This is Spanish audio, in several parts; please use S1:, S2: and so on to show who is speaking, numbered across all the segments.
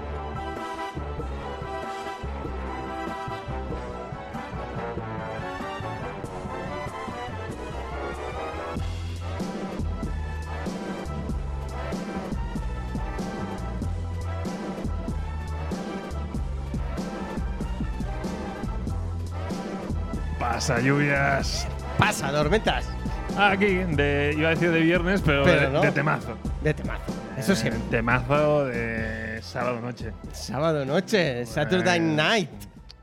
S1: Pasa lluvias.
S2: Pasa, tormentas.
S1: Aquí, de, iba a decir de viernes, pero,
S2: Pero
S1: de,
S2: no.
S1: de temazo.
S2: De temazo. Eso
S1: Eh,
S2: siempre.
S1: Temazo de sábado noche.
S2: Sábado noche, Saturday
S1: Eh,
S2: night.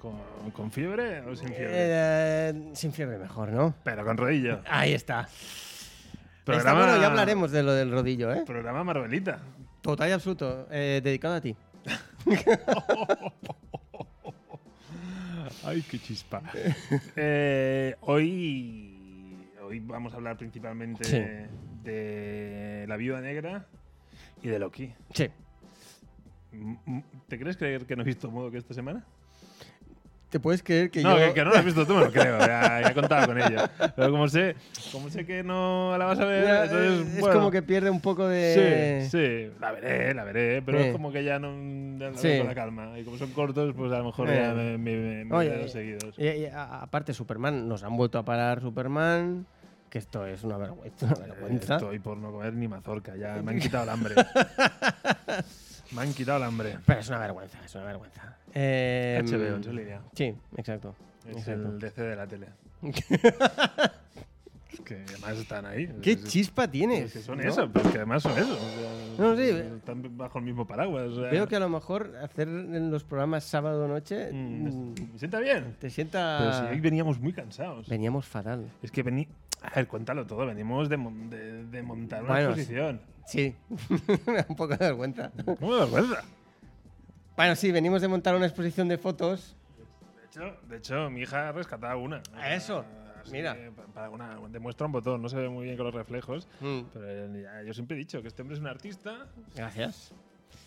S1: ¿Con, con fiebre o sin fiebre?
S2: Eh, sin fiebre mejor, ¿no?
S1: pero con rodillo.
S2: Ahí está. Está
S1: Programa,
S2: bueno, ya hablaremos de lo del rodillo, ¿eh?
S1: Programa Marvelita.
S2: Total y absoluto, eh, dedicado a ti.
S1: Ay, qué chispa. Eh, hoy, hoy vamos a hablar principalmente
S2: Sí.
S1: de la viuda negra y de Loki.
S2: Sí.
S1: M- m- ¿Te crees creer que no he visto modo que esta semana?
S2: ¿Te puedes creer que
S1: no,
S2: yo
S1: que, que no la has visto tú, me lo creo. Ya, ya he contado con ella. Pero como sé, como sé que no la vas a ver,
S2: Ya,
S1: entonces,
S2: es
S1: eh, bueno.
S2: como que pierde un poco de.
S1: Sí, sí, la veré, la veré, pero
S2: Eh.
S1: es como que ya no ya la
S2: Sí.
S1: veo con la calma. Y como son cortos, pues a lo mejor
S2: Eh.
S1: ya me, me, me- me
S2: Oye,
S1: veo
S2: eh,
S1: seguidos.
S2: Y- y a- aparte, Superman, nos han vuelto a parar Superman, que esto es una vergüenza.
S1: Eh,
S2: Una vergüenza.
S1: Estoy por no comer ni mazorca, ya me han quitado el hambre. me han quitado el hambre.
S2: Pero es una vergüenza, es una vergüenza. Eh,
S1: HBO, en su línea.
S2: Sí, exacto.
S1: Es
S2: exacto.
S1: el DC de la tele. Es que además están ahí.
S2: ¿Qué
S1: Pues Es-
S2: chispa
S1: es
S2: tienes?
S1: Pues que son
S2: ¿no?
S1: eso, pero es que además son eso. o sea,
S2: No, sí.
S1: Están bajo el mismo paraguas. o sea,
S2: Veo que a lo mejor hacer en los programas sábado noche
S1: mm,
S2: mm, Ah.
S1: ¿Me sienta bien?
S2: te
S1: Pero
S2: sienta.
S1: si hoy veníamos muy cansados.
S2: Veníamos fatal.
S1: Es que vení. A ver, cuéntalo todo. Venimos de, mon- de- de montar una
S2: Bueno,
S1: exposición.
S2: Sí, me da un poco de vergüenza.
S1: ¿Cómo de vergüenza?
S2: Bueno, sí, venimos de montar una exposición de fotos.
S1: De hecho, de hecho, mi hija ha rescatado una. Ah,
S2: A eso,
S1: Así
S2: mira.
S1: que pa- Para una, te muestra un botón, no se ve muy bien con los reflejos.
S2: Mm.
S1: Pero eh, ya- yo siempre he dicho que este hombre es un artista.
S2: Gracias.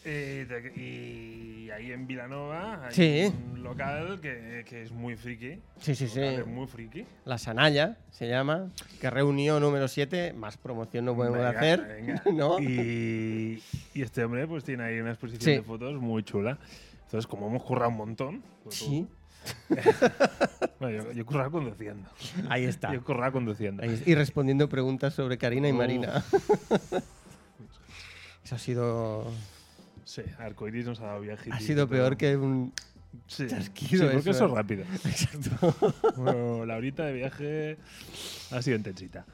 S1: eh, de- y ahí en Vilanova hay
S2: Sí.
S1: un local que, que es muy friki.
S2: Sí, sí,
S1: Un
S2: sí.
S1: local Es muy friki.
S2: La Sanaya se llama, que reunió número 7, más promoción no podemos
S1: Venga,
S2: hacer,
S1: venga.
S2: ¿no?
S1: Y, y este hombre pues tiene ahí una exposición
S2: Sí.
S1: de fotos muy chula. Entonces, como hemos currado un montón. pues, uh,
S2: Sí,
S1: bueno, yo, yo he currado conduciendo.
S2: ahí está.
S1: Yo he currado conduciendo.
S2: Ahí está. Y respondiendo preguntas sobre Karina y
S1: Uf.
S2: Marina. Eso ha sido,
S1: Sí, Arcoiris nos ha dado viaje.
S2: ha sido peor que un...
S1: Sí, sí
S2: chasquido
S1: porque
S2: eso,
S1: eso,
S2: eh.
S1: es rápido.
S2: Exacto.
S1: Bueno, la horita de viaje ha sido intensita.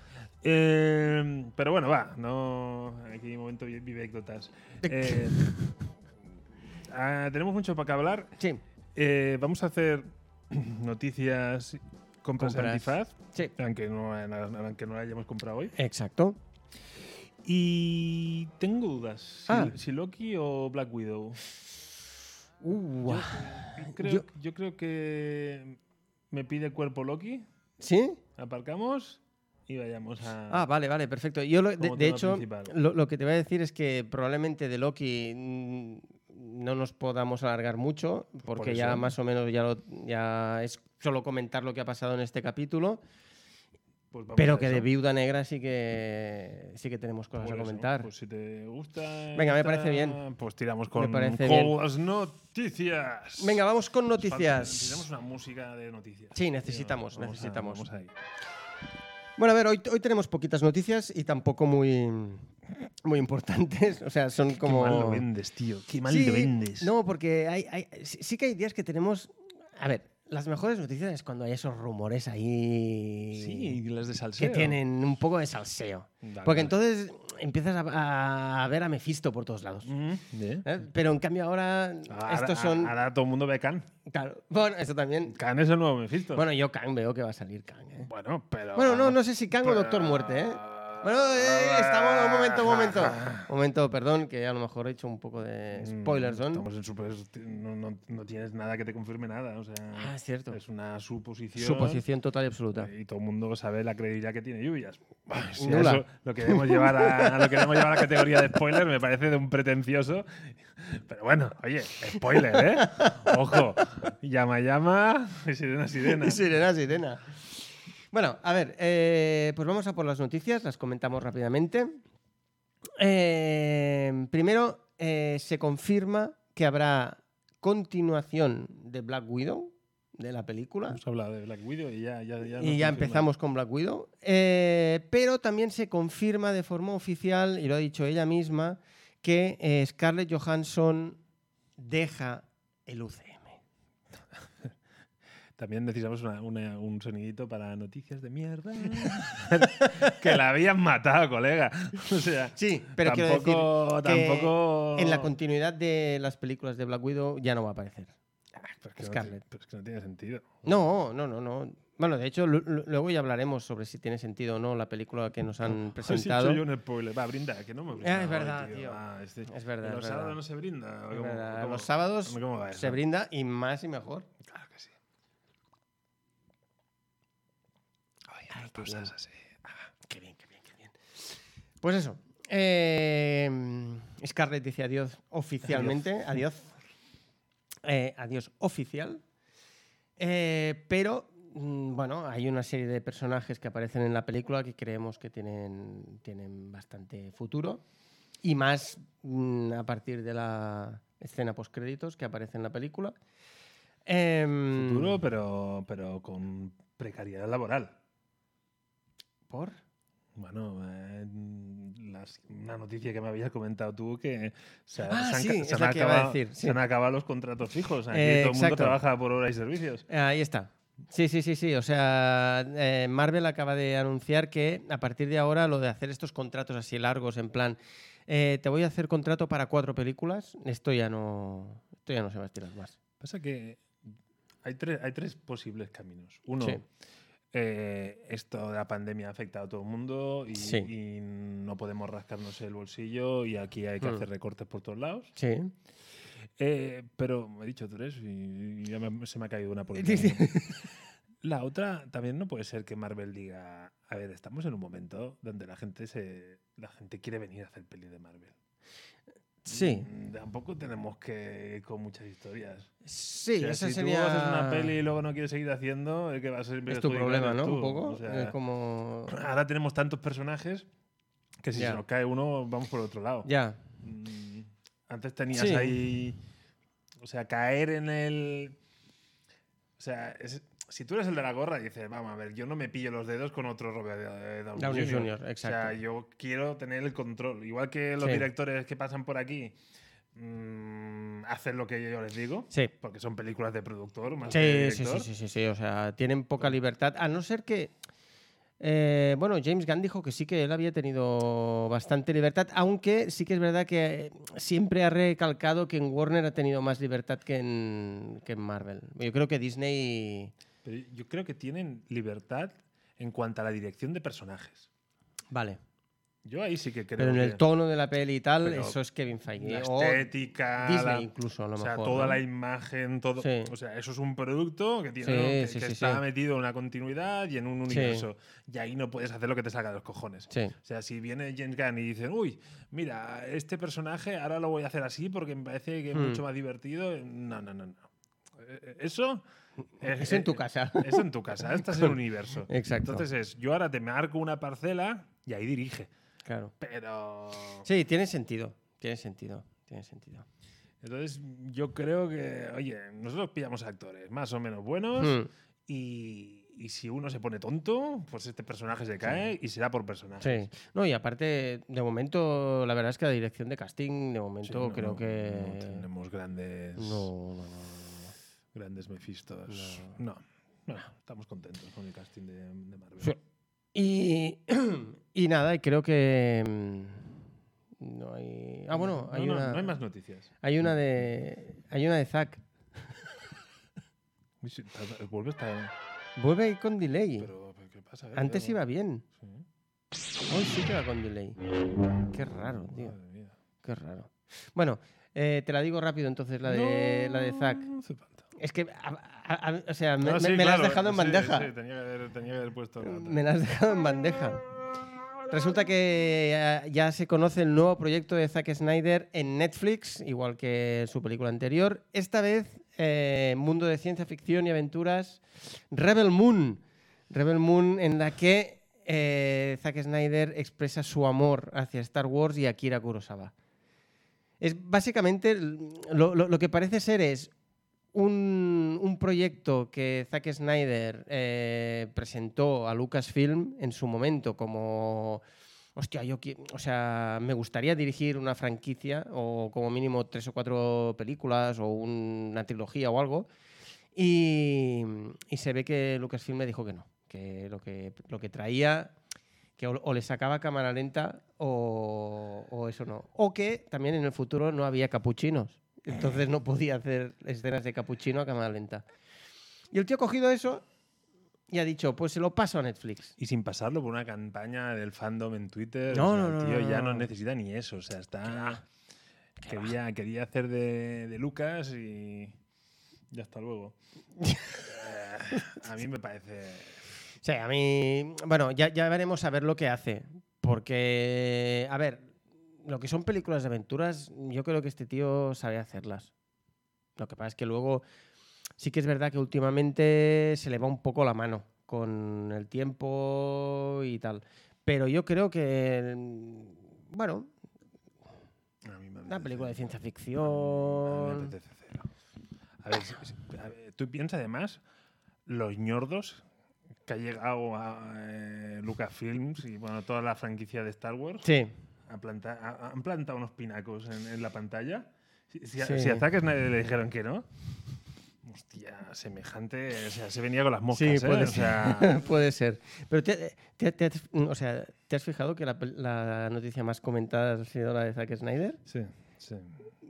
S1: Eh, pero bueno, va. No, aquí un momento vi- vive anécdotas. Eh, ah, tenemos mucho para que hablar.
S2: Sí,
S1: Eh, vamos a hacer noticias compras,
S2: Compras.
S1: antifaz,
S2: sí.
S1: aunque no, aunque no la hayamos comprado hoy.
S2: Exacto.
S1: Y tengo dudas. Si,
S2: Ah.
S1: si Loki o Black Widow.
S2: Uh,
S1: Yo, creo,
S2: Yo-
S1: yo... creo que me pide cuerpo Loki.
S2: ¿Sí?
S1: Aparcamos y vayamos a.
S2: Ah, vale, vale, perfecto. Yo, lo- de,
S1: Como
S2: de
S1: tema
S2: hecho,
S1: principal.
S2: lo, lo que te voy a decir es que probablemente de Loki mm, no nos podamos alargar mucho, porque ya
S1: eso.
S2: más o menos ya, lo- ya es solo comentar lo que ha pasado en este capítulo,
S1: Pues vamos
S2: pero
S1: a
S2: que
S1: eso.
S2: de Viuda Negra sí que, sí que tenemos cosas
S1: Por
S2: a
S1: eso,
S2: comentar.
S1: Pues si te gusta.
S2: Venga, me
S1: esta,
S2: parece bien.
S1: Pues tiramos con,
S2: parece
S1: con
S2: bien.
S1: las noticias.
S2: Venga, vamos con
S1: Nos pues falta- Necesitamos una
S2: noticias.
S1: música de noticias.
S2: Sí, necesitamos,
S1: Vamos a-
S2: necesitamos.
S1: vamos ahí.
S2: Bueno, a ver, hoy, hoy tenemos poquitas noticias y tampoco muy, muy importantes. O sea, son como...
S1: Qué mal lo vendes, tío. Qué mal
S2: Sí,
S1: lo vendes.
S2: No, porque hay, hay- sí sí que hay días que tenemos. A ver, las mejores noticias es cuando hay esos rumores ahí.
S1: Sí, las de
S2: Que
S1: salseo.
S2: tienen un poco de salseo.
S1: Vale, vale.
S2: Porque entonces empiezas a, a ver a Mephisto por todos lados.
S1: Mm, ¿eh?
S2: ¿eh? Pero en cambio ahora
S1: Ahora- ah,
S2: estos son...
S1: Ahora todo el mundo ve Khan.
S2: Claro, bueno, eso también...
S1: Khan es el nuevo Mephisto.
S2: Bueno, yo Kang veo que va a salir Kang. ¿eh?
S1: Bueno, pues, pero. Ah,
S2: Bueno, no, no sé si Kang o Doctor Muerte, ¿eh? Bueno, eh, estamos. Un momento, un momento. Un momento, perdón, que a lo mejor he hecho un poco de spoiler
S1: Mm,
S2: zone.
S1: Estamos en super- no, no- no tienes nada que te confirme nada. O sea,
S2: Ah, es cierto.
S1: es una suposición.
S2: Suposición total y absoluta.
S1: Y todo el mundo sabe la credibilidad que tiene Lluvias. Si a
S2: Nula.
S1: eso lo queremos llevar a, a lo queremos llevar a la categoría de spoiler, me parece de un pretencioso. Pero bueno, oye, spoiler, ¿eh? Ojo, llama, llama, y sirena, sirena.
S2: Sirena, sirena. Bueno, a ver, eh, pues vamos a por las noticias, las comentamos rápidamente. Eh, primero, eh, se confirma que habrá continuación de Black Widow, de la película.
S1: Hemos hablado de Black Widow y ya, ya, ya nos
S2: Y ya
S1: confirman.
S2: empezamos con Black Widow. Eh, pero también se confirma de forma oficial, y lo ha dicho ella misma, que eh, Scarlett Johansson deja el UCM.
S1: También necesitamos una- una- un sonidito para noticias de mierda. que la habían matado, colega. O sea,
S2: Sí, pero quiero decir
S1: tampoco,
S2: que
S1: tampoco.
S2: En la continuidad de las películas de Black Widow ya no va a aparecer.
S1: Pero es que no
S2: Scarlett.
S1: tiene- pero es que no tiene sentido.
S2: No, no, no, no. Bueno, de hecho, lu- lu- luego ya hablaremos sobre si tiene sentido o no la película que nos han
S1: Ay, sí, he hecho
S2: presentado.
S1: yo un spoiler. Va, brinda, que no me brinda.
S2: Ah, es
S1: hoy,
S2: verdad, tío.
S1: Ah, este-
S2: Es verdad,
S1: Los
S2: es verdad.
S1: sábados no se brinda. ¿o
S2: Es
S1: cómo-
S2: verdad,
S1: cómo-
S2: Los sábados
S1: ¿cómo va
S2: se
S1: eso?
S2: brinda y más y mejor.
S1: Claro que sí. Ay, no pausas así.
S2: Qué bien, qué bien, qué bien. Pues eso. eh, Scarlett dice adiós oficialmente. Adiós. Adiós, Eh, adiós oficial. Eh, pero, mm, bueno, hay una serie de personajes que aparecen en la película que creemos que tienen, tienen bastante futuro. Y más mm, a partir de la escena postcréditos que aparece en la película. Em,
S1: Futuro, pero, pero con precariedad laboral.
S2: ¿Por?
S1: Bueno, eh, las- una noticia que me habías comentado tú que se, ha-
S2: Ah,
S1: se han,
S2: sí,
S1: ca-
S2: es
S1: se han
S2: la que iba a
S1: acabado,
S2: decir,
S1: se
S2: sí.
S1: han acabado los contratos fijos. Aquí
S2: Eh,
S1: todo el mundo
S2: exacto.
S1: trabaja por hora y servicios.
S2: Ahí está. Sí, sí, sí, sí. O sea, eh, Marvel acaba de anunciar que a partir de ahora lo de hacer estos contratos así largos, en plan, eh, te voy a hacer contrato para cuatro películas, esto ya no, esto ya no se va a estirar más.
S1: Pasa que hay tres, hay tres posibles caminos. Uno,
S2: Sí.
S1: eh, esto de la pandemia ha afectado a todo el mundo y,
S2: Sí.
S1: y no podemos rascarnos el bolsillo y aquí hay que
S2: Hmm.
S1: hacer recortes por todos lados.
S2: Sí.
S1: Eh, pero me he dicho tres y ya me- se me ha caído una por
S2: Sí, sí.
S1: encima. La otra también no puede ser que Marvel diga, a ver, estamos en un momento donde la gente se la gente quiere venir a hacer pelis de Marvel.
S2: Sí.
S1: Mm, Tampoco tenemos que ir con muchas historias.
S2: Sí,
S1: O sea,
S2: esa
S1: si
S2: sería...
S1: tú haces una peli y luego no quieres seguir haciendo, el que va a ser
S2: Es tu problema, ¿no?
S1: tú.
S2: Un poco.
S1: O sea,
S2: Es como...
S1: Ahora tenemos tantos personajes que si
S2: Ya.
S1: se nos cae uno, vamos por otro lado.
S2: Ya.
S1: Mm, Antes tenías
S2: Sí.
S1: ahí. O sea, caer en el. O sea, es- si tú eres el de la gorra, dices, vamos a ver, yo no me pillo los dedos con otro Robert eh, Downey,
S2: Downey
S1: Jr.
S2: Jr.,
S1: O sea,
S2: exacto.
S1: yo quiero tener el control. Igual que los
S2: Sí.
S1: directores que pasan por aquí mm, hacen lo que yo les digo,
S2: Sí.
S1: porque son películas de productor más que de
S2: Sí, sí,
S1: director.
S2: sí, sí, sí, sí, o sea, tienen poca libertad, a no ser que... eh, bueno, James Gunn dijo que sí que él había tenido bastante libertad, aunque sí que es verdad que eh, siempre ha recalcado que en Warner ha tenido más libertad que en, que en Marvel. Yo creo que Disney...
S1: Pero eh, yo creo que tienen libertad en cuanto a la dirección de personajes.
S2: Vale,
S1: Yo ahí sí que creo
S2: pero en el
S1: que-
S2: tono de la peli y tal,
S1: Pero
S2: eso es Kevin Feige.
S1: la
S2: o
S1: estética,
S2: Disney
S1: la-
S2: incluso, a lo
S1: o sea,
S2: mejor,
S1: toda
S2: ¿no?
S1: la imagen, todo.
S2: Sí.
S1: O sea, eso es un producto que, tiene,
S2: Sí,
S1: que,
S2: sí,
S1: que
S2: sí,
S1: está
S2: sí.
S1: metido en una continuidad y en un
S2: Sí.
S1: universo. Y ahí no puedes hacer lo que te salga de los cojones.
S2: Sí.
S1: O sea, si viene James Gunn y dicen, uy, mira, este personaje ahora lo voy a hacer así porque me parece que es
S2: Hmm.
S1: mucho más divertido. No, no, no, no. Eh, eh, Eso. es-
S2: Eso en
S1: eh,
S2: tu casa.
S1: Eso en tu casa. Estás en el universo.
S2: Exacto.
S1: Entonces es, yo ahora te marco una parcela y ahí dirige.
S2: Claro.
S1: Pero.
S2: Sí, tiene sentido, tiene sentido, tiene sentido.
S1: Entonces, yo creo que, oye, nosotros pillamos actores más o menos buenos
S2: Hmm,
S1: y, y si uno se pone tonto, pues este personaje se cae y será por personaje.
S2: Sí. No, y aparte, de momento, la verdad es que la dirección de casting, de momento, creo que...
S1: No tenemos grandes,
S2: No, no, no, no.
S1: grandes mefistos. No. No, estamos contentos con el casting de, de Marvel.
S2: Sí. Y, y nada, y creo que. mm, No hay. Ah, bueno,
S1: No,
S2: hay
S1: no,
S2: una.
S1: no hay más noticias.
S2: hay una de. Hay una de Zack.
S1: Uy, sí, tarda- Vuelve esta.
S2: Vuelve ahí con delay.
S1: Pero, pero ¿qué pasa? eh?
S2: Antes
S1: Cuidado.
S2: iba bien.
S1: Sí.
S2: Hoy sí que va con delay. Qué raro, tío.
S1: Madre mía.
S2: Qué raro. Bueno, eh, te la digo rápido entonces, la de, la de Zack.
S1: No hace falta.
S2: Es que, a- a- a- o sea, me,
S1: No,
S2: me-
S1: Ah, sí,
S2: me la has
S1: claro,
S2: dejado en
S1: sí,
S2: bandeja.
S1: sí, tenía, que haber, tenía que haber puesto la otra.
S2: Me la has dejado en bandeja. Resulta que eh, ya se conoce el nuevo proyecto de Zack Snyder en Netflix, igual que su película anterior. Esta vez, eh, mundo de ciencia ficción y aventuras, Rebel Moon. Rebel Moon en la que eh, Zack Snyder expresa su amor hacia Star Wars y Akira Kurosawa. Es básicamente lo, lo- lo que parece ser es un, un proyecto que Zack Snyder eh, presentó a Lucasfilm en su momento como hostia, yo qui- o sea, me gustaría dirigir una franquicia o como mínimo tres o cuatro películas o un- una trilogía o algo. Y, y se ve que Lucasfilm me dijo que no, que lo que, lo que traía, que o, o le sacaba cámara lenta o, o eso no. O que también en el futuro no había capuchinos. Entonces no podía hacer escenas de capuchino a cámara lenta. Y el tío ha cogido eso y ha dicho, pues se lo paso a Netflix.
S1: Y sin pasarlo por una campaña del fandom en Twitter.
S2: No,
S1: o sea,
S2: no, no,
S1: El tío
S2: no,
S1: ya
S2: no.
S1: no necesita ni eso. O sea, está. Quería, quería hacer de, de Lucas y. Ya hasta luego. Eh, a mí me parece.
S2: Sí, a mí. Bueno, ya, ya veremos a ver lo que hace. Porque, a ver, lo que son películas de aventuras, yo creo que este tío sabe hacerlas. Lo que pasa es que luego sí que es verdad que últimamente se le va un poco la mano con el tiempo y tal. Pero yo creo que, bueno,
S1: A mí me
S2: una
S1: apetece
S2: película de ciencia
S1: cero. A mí me
S2: ficción.
S1: apetece cero. A ver, si- si- a ver, tú piensas además los ñordos que ha llegado a eh, Lucasfilms y bueno, toda la franquicia de Star Wars.
S2: Sí,
S1: ha planta- ha- han plantado unos pinacos en, en la pantalla. Si, si a,
S2: Sí.
S1: si a Zack Snyder le dijeron que no. Hostia, semejante. O sea, se venía con las moscas.
S2: Sí,
S1: ¿eh?
S2: puede
S1: O sea,
S2: Puede ser. Pero te, te- te has- o sea, ¿te has fijado que la, pel- la noticia más comentada ha sido la de Zack Snyder?
S1: sí, sí.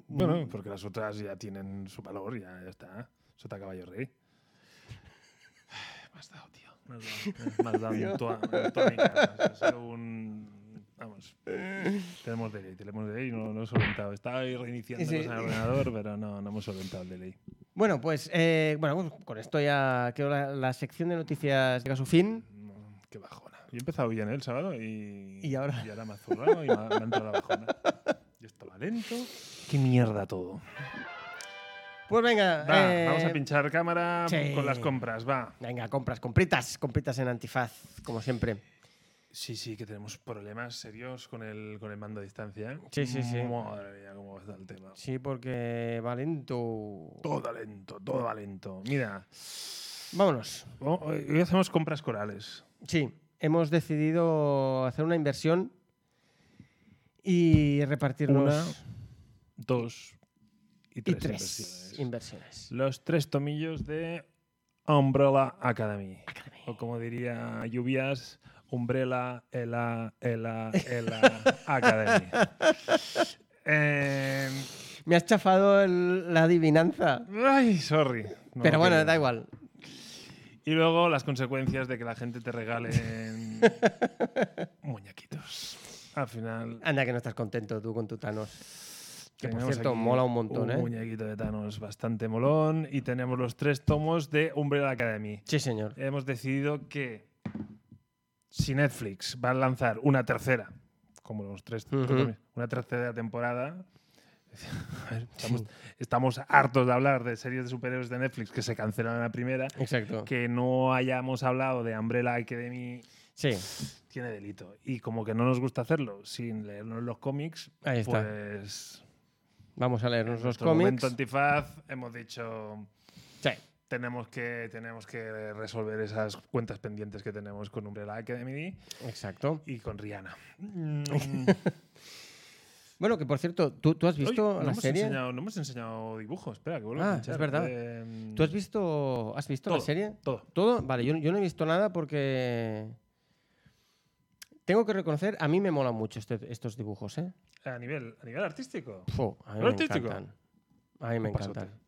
S1: Bueno, porque las otras ya tienen su valor, ya, ya está. Sota caballo rey. Me has dado, tío. Me has dado, eh, me has dado en toda, en toda mi cara. O sea, ha sido un. Vamos. Tenemos delay, tenemos delay y no lo he solventado. Estaba ahí reiniciando
S2: Sí.
S1: cosas en el ordenador, pero no, no hemos solventado el delay.
S2: Bueno, pues eh, bueno, pues con esto ya creo la, la sección de noticias llega a su fin.
S1: No, qué bajona. Yo he empezado bien ¿eh? el sábado y,
S2: Y ahora-
S1: me ha zurrado y me ha, me ha entrado la bajona. Yo estaba lento. Qué mierda todo.
S2: Pues venga,
S1: Va,
S2: eh,
S1: vamos a pinchar cámara
S2: sí.
S1: con las compras, va.
S2: Venga, compras, compritas, compritas en antifaz, como siempre.
S1: Sí, sí, que tenemos problemas serios con el, con el mando a distancia. ¿eh?
S2: Sí, sí, sí.
S1: Madre mía, cómo está el tema.
S2: Sí, porque va lento.
S1: Todo lento, todo va lento. Mira,
S2: Vámonos.
S1: vamos- hoy hacemos compras corales.
S2: Sí, hemos decidido hacer una inversión y repartirnos
S1: Dos y
S2: y
S1: tres.
S2: tres
S1: impresiones.
S2: inversiones.
S1: Los tres tomillos de Umbrella Academy. O como diría Lluvias, Umbrella Ela Ela Ela Academy. Eh,
S2: Me has chafado el- la adivinanza.
S1: ay, sorry. No
S2: Pero bueno,
S1: quería.
S2: da igual.
S1: Y luego las consecuencias de que la gente te regale muñequitos. Al final.
S2: Anda que no estás contento tú con tu Thanos. Que por
S1: tenemos
S2: cierto,
S1: aquí
S2: mola un montón, ¿eh?
S1: Un muñequito de Thanos bastante molón. Y tenemos los tres tomos de Umbrella Academy.
S2: Sí, señor.
S1: hemos decidido que si Netflix va a lanzar una tercera, como los tres,
S2: Ujú.
S1: una tercera temporada, a ver, estamos, estamos hartos de hablar de series de superhéroes de Netflix que se cancelaron la primera,
S2: Exacto.
S1: que no hayamos hablado de Umbrella Academy
S2: Sí,
S1: tiene delito. Y como que no nos gusta hacerlo sin leernos los cómics,
S2: Ahí está.
S1: pues
S2: vamos a
S1: en
S2: leernos los
S1: nuestro
S2: cómics.
S1: momento antifaz hemos dicho
S2: Sí.
S1: tenemos que, tenemos que resolver esas cuentas pendientes que tenemos con Umbrella Academy
S2: Exacto.
S1: y con Rihanna.
S2: Bueno, que por cierto, ¿tú, tú has visto
S1: Oye, no
S2: la
S1: hemos
S2: serie?
S1: enseñado- no hemos enseñado dibujos. Espera, que vuelvo
S2: Ah,
S1: a pinchar.
S2: es verdad.
S1: Eh,
S2: ¿Tú has visto, has visto
S1: todo,
S2: la serie?
S1: Todo.
S2: ¿Todo? Vale, yo, yo no he visto nada porque... Tengo que reconocer, a mí me molan mucho este- estos dibujos, ¿eh?
S1: A nivel, a nivel artístico.
S2: Fu, a mí
S1: ¿Lo
S2: me
S1: artístico?
S2: encantan. A mí me
S1: Un pasote.
S2: encantan.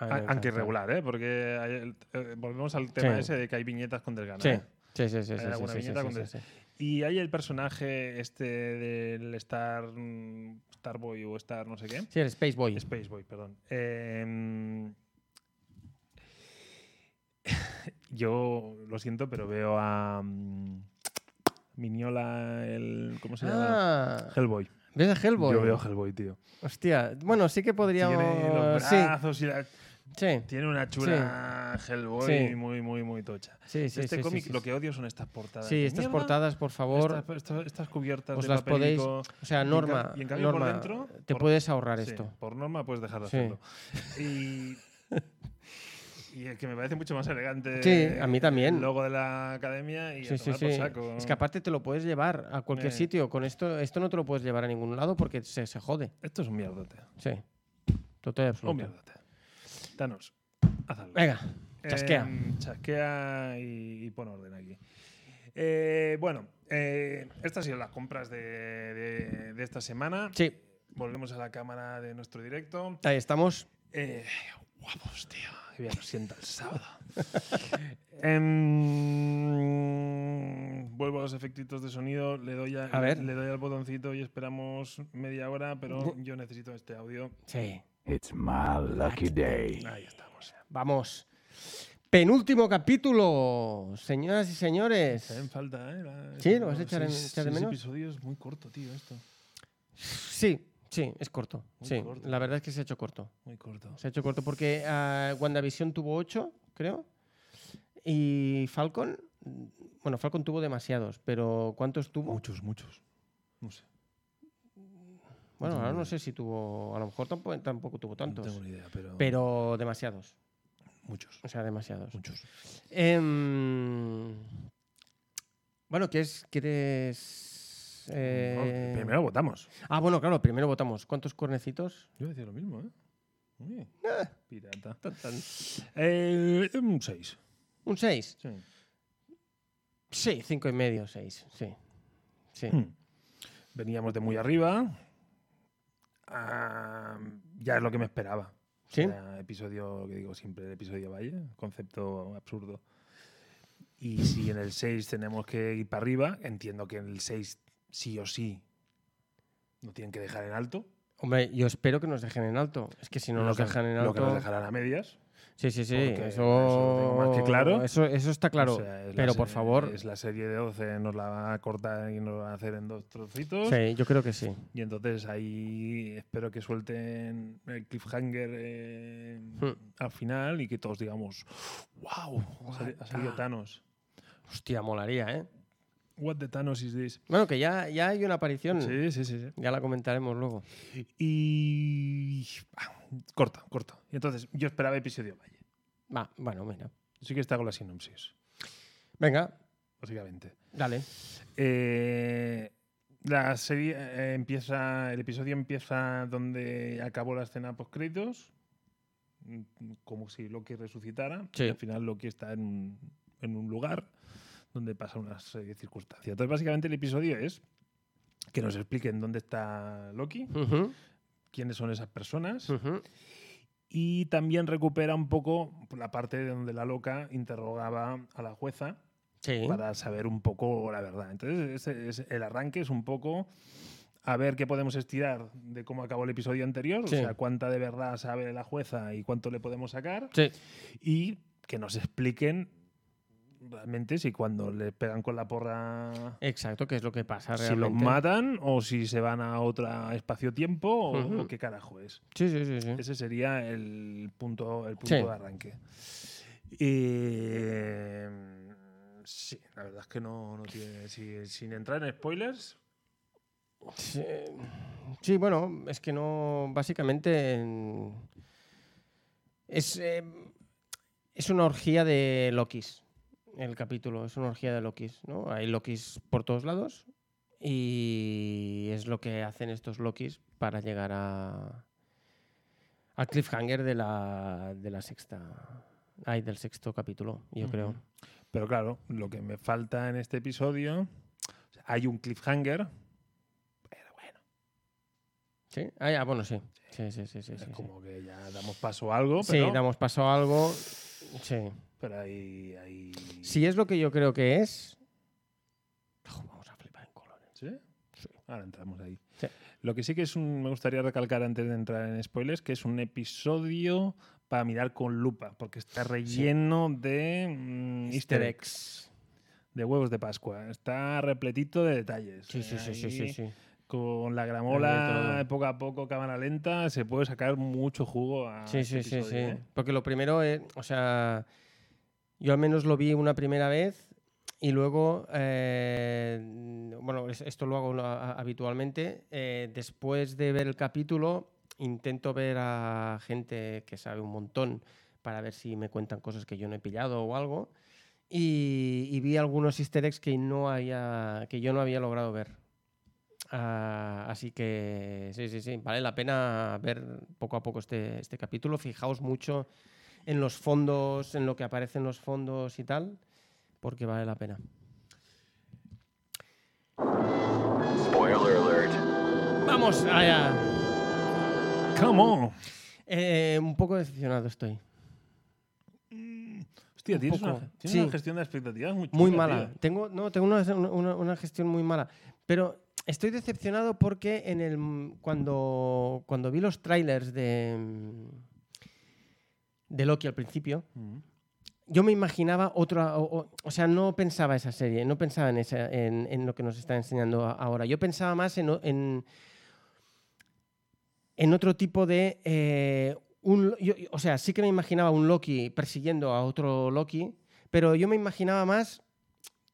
S2: A mí me
S1: A- Aunque
S2: encantan.
S1: irregular, ¿eh? Porque hay el- eh, volvemos al tema
S2: Sí.
S1: ese de que hay viñetas con desgana.
S2: Sí,
S1: ¿eh?
S2: sí, sí, sí. sí,
S1: Hay
S2: sí,
S1: alguna
S2: sí, sí,
S1: viñeta
S2: sí,
S1: con
S2: sí,
S1: des-
S2: sí.
S1: Y hay el personaje este del Star, mm, Starboy o Star no sé qué.
S2: Sí, el Space Boy.
S1: Spaceboy, perdón. Eh, yo lo siento, pero veo a mm, Miñola, el. ¿Cómo se llama?
S2: Ah,
S1: Hellboy.
S2: ¿Ves a Hellboy?
S1: Yo veo Hellboy, tío.
S2: Hostia, bueno, sí que podríamos.
S1: Tiene los
S2: sí,
S1: brazos y la-
S2: sí,
S1: Tiene una chula Hellboy
S2: Sí.
S1: muy, muy, muy tocha.
S2: sí, sí,
S1: este
S2: sí,
S1: cómic
S2: sí, sí,
S1: lo
S2: sí.
S1: que odio son estas portadas.
S2: Sí,
S1: de
S2: estas
S1: mierda,
S2: portadas, por favor.
S1: Estas, estas- estas cubiertas
S2: os
S1: de
S2: las podéis-
S1: papelico.
S2: o sea,
S1: en
S2: Norma,
S1: cam- y en cambio por
S2: Norma
S1: dentro,
S2: te
S1: por-
S2: puedes ahorrar
S1: Sí,
S2: esto.
S1: Por norma puedes dejar de
S2: Sí.
S1: hacerlo. Y, y el que me parece mucho más elegante.
S2: Sí, a mí también.
S1: El logo de la academia y a
S2: Sí, sí,
S1: tomar
S2: sí.
S1: por saco.
S2: Es que aparte te lo puedes llevar a cualquier
S1: Eh.
S2: sitio. Con esto, esto no te lo puedes llevar a ningún lado porque se, se jode.
S1: Esto es un mierdote.
S2: Sí. Total y
S1: Un
S2: absoluto.
S1: mierdote. Thanos, haz algo.
S2: Venga, chasquea.
S1: Em, chasquea y, y pon orden aquí. Eh, bueno, eh, estas han sido las compras de, de- de esta semana.
S2: Sí,
S1: Volvemos a la cámara de nuestro directo.
S2: ahí estamos.
S1: Eh, guapos, tío. Qué bien nos sienta el sábado. Em, vuelvo a los efectitos de sonido. Le doy, a-
S2: A ver.
S1: le doy al botoncito y esperamos media hora, pero yo necesito este audio.
S2: Sí,
S3: It's my lucky day.
S1: Ahí estamos.
S2: vamos. Penúltimo capítulo, señoras y señores.
S1: Está en falta, ¿eh? La-
S2: Sí, lo vas a echar en-
S1: seis-
S2: echar de
S1: seis
S2: menos.
S1: episodios muy corto, tío, esto.
S2: Sí, sí, es corto.
S1: Muy
S2: Sí,
S1: corto.
S2: la verdad es que se ha hecho corto.
S1: Muy corto.
S2: Se ha hecho corto porque ah, WandaVision tuvo 8, creo. Y Falcon, mm, bueno, Falcon tuvo demasiados, pero ¿cuántos tuvo?
S1: Muchos, muchos. No sé.
S2: Bueno,
S1: no tengo
S2: ahora no
S1: ni
S2: sé si tuvo, a lo mejor tampoco, tampoco tuvo
S1: No
S2: tantos,
S1: tengo ni idea, pero,
S2: pero demasiados,
S1: muchos.
S2: o sea, demasiados.
S1: Muchos.
S2: Em, bueno, ¿quieres... quieres eh,
S1: No, primero votamos.
S2: Ah, bueno, claro, primero votamos. ¿Cuántos cornecitos?
S1: Yo decía lo mismo, ¿eh? Uy,
S2: Eh.
S1: pirata.
S2: Tan, tan.
S1: Eh, un 6.
S2: ¿Un 6?
S1: Sí.
S2: Sí, cinco y medio, 6, sí. Sí.
S1: Hmm. Veníamos de muy arriba. Ah, ya es lo que me esperaba.
S2: ¿Sí?
S1: Era episodio, lo que digo siempre, el episodio Valle, concepto absurdo. Y si en el 6 tenemos que ir para arriba, entiendo que en el 6 sí o sí no tienen que dejar en alto.
S2: Hombre, yo espero que nos dejen en alto. Es que si no
S1: Lo
S2: nos
S1: que-
S2: dejan en
S1: Lo que nos
S2: alto.
S1: dejarán a medias.
S2: Sí, sí, sí.
S1: Porque
S2: Eso,
S1: eso lo tengo más que claro.
S2: Eso, eso está claro.
S1: O sea, es la
S2: pero por
S1: serie-
S2: favor.
S1: Es la serie de 12, nos la van a cortar y nos la van a hacer en dos trocitos.
S2: Sí, yo creo que sí.
S1: Y entonces ahí espero que suelten el cliffhanger eh,
S2: Hmm.
S1: al final y que todos digamos, wow, ha salido Thanos.
S2: Hostia, molaría, ¿eh?
S1: What the Thanos is this?
S2: Bueno, que ya, ya hay una aparición.
S1: Sí, sí, sí. sí.
S2: Ya la comentaremos luego.
S1: Y. ah, corta, corta. Y entonces yo esperaba episodio Valle.
S2: Va, bueno, mira.
S1: Sí que está con la sinopsis,
S2: Venga,
S1: básicamente.
S2: dale.
S1: Eh, la serie eh, empieza, el episodio empieza donde acabó la escena post créditos, como si Loki resucitara.
S2: Sí.
S1: Y al final Loki está en un, en un lugar donde pasa una serie de circunstancias. Entonces básicamente el episodio es que nos expliquen dónde está Loki,
S2: Ujú,
S1: quiénes son esas personas
S2: ujú.
S1: y también recupera un poco la parte de donde la loca interrogaba a la jueza
S2: Sí.
S1: para saber un poco la verdad. Entonces, ese es- el arranque es un poco a ver qué podemos estirar de cómo acabó el episodio anterior,
S2: Sí.
S1: o sea, cuánta de verdad sabe la jueza y cuánto le podemos sacar,
S2: Sí.
S1: y que nos expliquen realmente si cuando le pegan con la porra...
S2: Exacto, que es lo que pasa
S1: Si
S2: realmente.
S1: los matan o si se van a otro espacio-tiempo o,
S2: Ujú.
S1: o qué carajo es.
S2: Sí, sí, sí. sí.
S1: Ese sería el punto, el punto
S2: Sí.
S1: de arranque. Eh, sí, la verdad es que no, no tiene. si- sin entrar en spoilers.
S2: Sí, sí, bueno, es que no. Básicamente. en- Es, eh, es una orgía de Lokis. El capítulo es una orgía de Lokis, ¿no? Hay Lokis por todos lados. Y es lo que hacen estos Lokis para llegar a. Al cliffhanger de la, de la sexta. Ay, del sexto capítulo, yo creo.
S1: Ujú. Pero claro, lo que me falta en este episodio. o sea, Hay un cliffhanger. Pero bueno,
S2: ¿Sí? Ah, ya, bueno, sí. Sí, sí, sí. sí,
S1: es
S2: sí, sí.
S1: como que ya damos paso a algo.
S2: Sí,
S1: Pero,
S2: damos paso a algo. Sí.
S1: pero ahí. ahí-
S2: Si es lo que yo creo que es. Jo, vamos a
S1: ¿Sí? Ahora entramos ahí.
S2: Sí.
S1: Lo que sí que es un, me gustaría recalcar antes de entrar en spoilers, que es un episodio para mirar con lupa, porque está relleno de mm, easter eggs, de huevos de Pascua. Está repletito de detalles.
S2: Sí, sí, sí, sí, sí,
S1: Ahí,
S2: sí.
S1: Con la
S2: Hay de
S1: gramola,
S2: todo.
S1: poco a poco, cámara lenta, se puede sacar mucho jugo a
S2: Sí, sí,
S1: este
S2: sí, sí.
S1: episodio, ¿eh?
S2: Porque lo primero, es, o sea, yo al menos lo vi una primera vez y luego, eh, bueno, es- esto lo hago lo- a- habitualmente, eh, después de ver el capítulo intento ver a gente que sabe un montón para ver si me cuentan cosas que yo no he pillado o algo. Y, y vi algunos easter eggs que, no había, que yo no había logrado ver. Ah, así que sí, sí, sí, vale la pena ver poco a poco este, este capítulo. Fijaos mucho en los fondos, en lo que aparecen los fondos y tal, porque vale la pena.
S3: Spoiler alert.
S2: ¡Vamos allá!
S1: Come on.
S2: Eh, un poco decepcionado estoy.
S1: Hostia,
S2: Un
S1: tienes, una,
S2: poco,
S1: tienes una
S2: sí.
S1: gestión de expectativas muy
S2: Muy
S1: chunga,
S2: mala.
S1: tío.
S2: Tengo, no, tengo una, una- una gestión muy mala. Pero estoy decepcionado porque en el, cuando, cuando vi los trailers de, de Loki al principio,
S1: Mm.
S2: yo me imaginaba otra, o, o- o sea, no pensaba esa serie, no pensaba en, esa- en, en lo que nos está enseñando a- ahora. Yo pensaba más en, o- en, en otro tipo de... eh, un, lo- yo- yo- o sea, sí que me imaginaba un Loki persiguiendo a otro Loki, pero yo me imaginaba más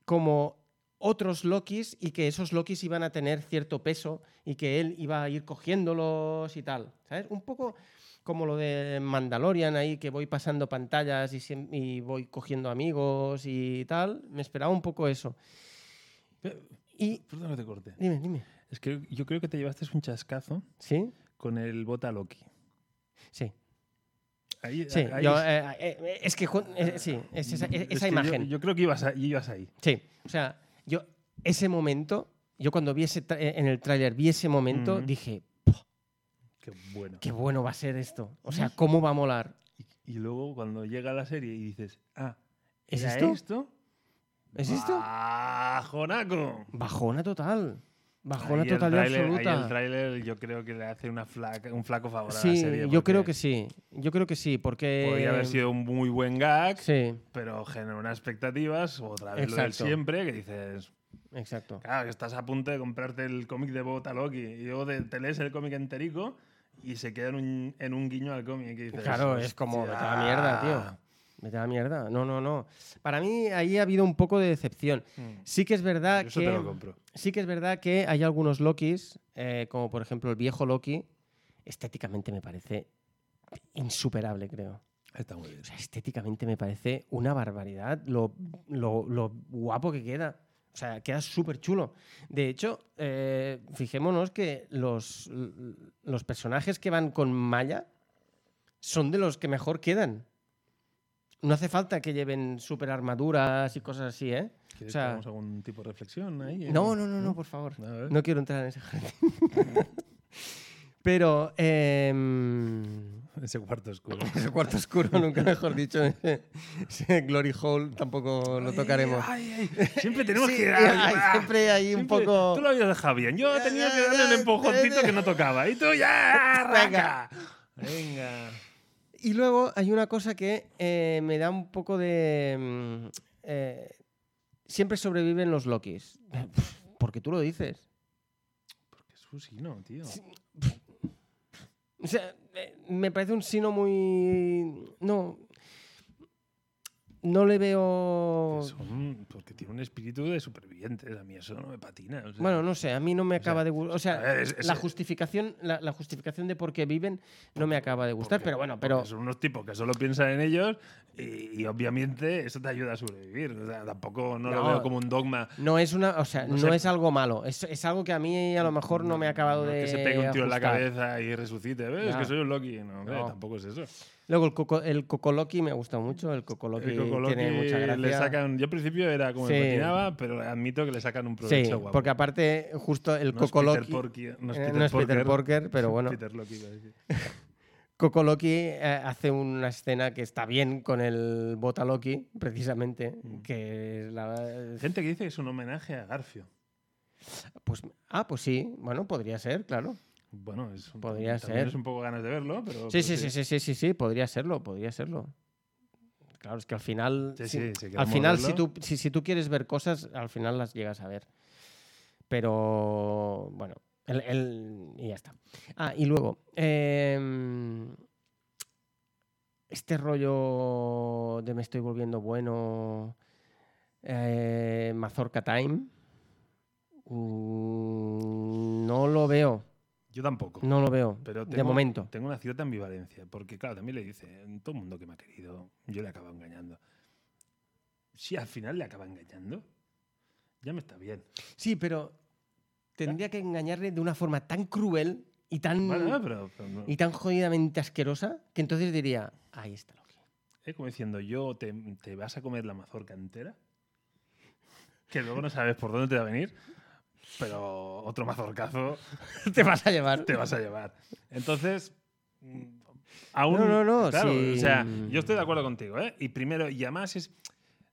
S2: como otros Lokis y que esos Lokis iban a tener cierto peso y que él iba a ir cogiéndolos y tal, ¿sabes? Un poco como lo de Mandalorian ahí, que voy pasando pantallas y, siem- y voy cogiendo amigos y tal. Me esperaba un poco eso.
S1: Pe-
S2: Y...
S1: Perdón, no te corte.
S2: Dime, dime.
S1: Es que yo creo que te llevaste un chascazo
S2: ¿Sí?
S1: con el bota Loki.
S2: Sí.
S1: Ahí,
S2: Sí.
S1: ahí
S2: yo,
S1: es- Mm,
S2: eh, eh, es que... ju- eh, sí, es esa, es-
S1: es
S2: esa
S1: que Ah, yo-
S2: imagen.
S1: Yo, creo que ibas, a- ibas ahí.
S2: Sí, o sea, yo ese momento, yo cuando vi ese tra- eh, en el tráiler, vi ese momento,
S1: Ujú.
S2: dije,
S1: Qué bueno.
S2: qué bueno va a ser esto. O sea, cómo va a molar.
S1: Y, y luego cuando llega la serie y dices, ah,
S2: ¿Es
S1: ¿era
S2: esto?
S1: esto?
S2: ¿Es esto?
S1: ¡Bajonaco!
S2: Bajona total. Bajona
S1: Ahí el
S2: total y
S1: tráiler- ahí el
S2: absoluta.
S1: tráiler yo creo que le hace una flaca, un flaco favor a la
S2: Sí,
S1: serie.
S2: yo creo
S1: porque
S2: que sí. Yo creo que sí, porque.
S1: Podría haber sido un muy buen gag,
S2: Sí,
S1: pero genera unas expectativas, otra vez lo del
S2: Exacto.
S1: siempre, que dices,
S2: exacto.
S1: Claro, que estás a punto de comprarte el cómic de Bota Loki y luego de- te lees el cómic enterico y se queda en un, en un guiño al cómic. y dices,
S2: Claro, es como,
S1: "Hostia".
S2: vete a la mierda,
S1: ah.
S2: tío. Vete a la mierda. No, no, no. Para mí ahí ha habido un poco de decepción.
S1: Mm.
S2: Sí que es verdad
S1: Yo Eso
S2: que.
S1: te lo compro.
S2: Sí que es verdad que hay algunos Lokis, eh, como por ejemplo el viejo Loki, estéticamente me parece insuperable, creo.
S1: Está muy bien.
S2: O sea, estéticamente me parece una barbaridad lo, lo- lo guapo que queda. O sea, queda súper chulo. De hecho, eh, fijémonos que los, los personajes que van con malla son de los que mejor quedan. No hace falta que lleven super armaduras y cosas así, ¿eh?
S1: ¿Quieres
S2: sea-
S1: que hagamos algún tipo de reflexión ahí? eh?
S2: No, no, no, no, por favor.
S1: A ver.
S2: No quiero entrar en ese jardín. Pero em,
S1: Ese cuarto oscuro.
S2: ese Pues cuarto oscuro, nunca mejor dicho, ese, ese glory hole tampoco lo tocaremos.
S1: Ay, ay, siempre tenemos
S2: Sí,
S1: que dar.
S2: ay,
S1: ah,
S2: siempre hay un
S1: siempre-
S2: poco-
S1: Tú lo habías dejado bien. Yo
S2: Ya,
S1: tenía
S2: ya,
S1: que darle
S2: ya,
S1: un empujoncito que no tocaba. Y tú ya.
S2: Venga.
S1: Arranca. Venga.
S2: Y luego hay una cosa que eh, me da un poco de... mm, eh, siempre sobreviven los Lokis. Porque tú lo dices.
S1: Porque Susi no, tío.
S2: O sea, eh, me parece un sino muy... No. No le veo...
S1: Que son- porque tiene un espíritu de supervivientes. A mí eso no me patina. o sea,
S2: Bueno, no sé, a mí no me
S1: sea,
S2: acaba de gustar. O sea,
S1: a ver, es- eh, es-
S2: la, justificación, la, la justificación de por qué viven no me acaba de gustar,
S1: porque-
S2: pero bueno,
S1: porque
S2: pero.
S1: Son unos tipos que solo piensan en ellos y, y obviamente eso te ayuda a sobrevivir. O sea, tampoco no, lo
S2: No.
S1: veo como un dogma.
S2: No es una, o sea, no,
S1: no sé.
S2: es algo malo. Es, es algo que a mí a lo mejor no me ha acabado
S1: no
S2: de.
S1: Que se pegue un tiro en la
S2: ajustar.
S1: cabeza y resucite. ¿Ves?
S2: Ya.
S1: Que soy un Loki. No, hombre,
S2: No.
S1: tampoco es eso.
S2: Luego el, coco, el cocoloqui me gusta mucho. El cocoloqui,
S1: El Coco Loki
S2: tiene mucha gracia.
S1: le sacan. Yo al principio era como me
S2: Sí.
S1: patinaba, pero admito que le sacan un
S2: sí,
S1: provecho guapo.
S2: porque aparte, justo el
S1: No es Peter
S2: cocoloqui.
S1: Porky- no es
S2: eh,
S1: Peter
S2: no es
S1: Porker.
S2: Peter Porker, pero bueno.
S1: Peter Loki, iba a decir.
S2: Coco Loki eh, hace una escena que está bien con el Bota
S1: Mm.
S2: Loki, precisamente, que es la...
S1: ¿Eh? Gente que dice que es un homenaje a Garfio.
S2: Pues, ah, pues sí, bueno, podría ser, claro.
S1: Bueno, es un,
S2: Podría
S1: también
S2: ser.
S1: es un poco ganas de verlo, pero. pero
S2: Sí, sí, sí, sí, sí, sí, sí, podría serlo, podría serlo. Claro, es que al final,
S1: Sí,
S2: si-
S1: sí, si
S2: al
S1: queremos
S2: final si,
S1: verlo.
S2: tú, si, si tú quieres ver cosas, al final las llegas a ver. Pero bueno, el, el- y ya está. Ah, y luego, em, este rollo de me estoy volviendo bueno, eh, Mazorca Time, mm, no lo veo,
S1: Yo tampoco.
S2: no lo veo,
S1: Pero
S2: de
S1: tengo-
S2: momento.
S1: Tengo una cierta ambivalencia, porque claro, también le dice, todo el mundo que me ha querido, yo le acabo engañando. Si al final le acaba engañando, ya me está bien.
S2: Sí, pero tendría que engañarle de una forma tan cruel y tan,
S1: Bueno, no, pero, pero no.
S2: Mm. y tan jodidamente asquerosa que entonces diría, ahí está lo que.
S1: Es como diciendo, yo te, te vas a comer la mazorca entera, que luego no sabes por dónde te va a venir, pero otro mazorcazo
S2: Te vas a llevar.
S1: te vas a llevar. Entonces, mm, aún.
S2: No, no, no,
S1: Claro,
S2: sí.
S1: O sea, yo estoy de acuerdo contigo, ¿eh? Y primero, y además es.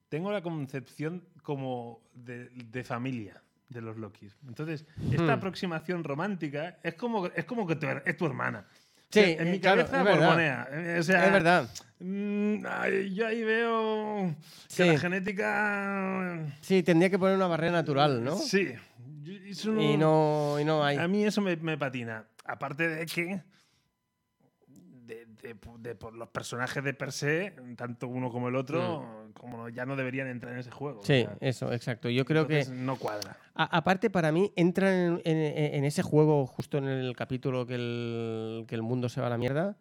S1: Tengo la concepción como de, de familia de los Lokis. Entonces, esta
S2: Hmm.
S1: aproximación romántica es como, es como que tu her- es tu hermana.
S2: Sí,
S1: O sea, en mi
S2: eh, claro,
S1: cabeza
S2: es verdad.
S1: bormonea. Eh, O sea,
S2: es verdad.
S1: mm, ay, yo ahí veo que
S2: Sí.
S1: la genética.
S2: Sí, tendría que poner una barrera natural, ¿no?
S1: Sí. Yo- eso
S2: Y no, y no hay.
S1: a mí eso me, me patina. Aparte de que. De, de- de por los personajes de per se, tanto uno como el otro, como no- ya no deberían entrar en ese juego.
S2: Mm. Sí, eso, exacto. Yo creo que.
S1: No cuadra.
S2: A- aparte, para mí, entran en, en- en ese juego justo en el capítulo que el, que el mundo se va a la mierda,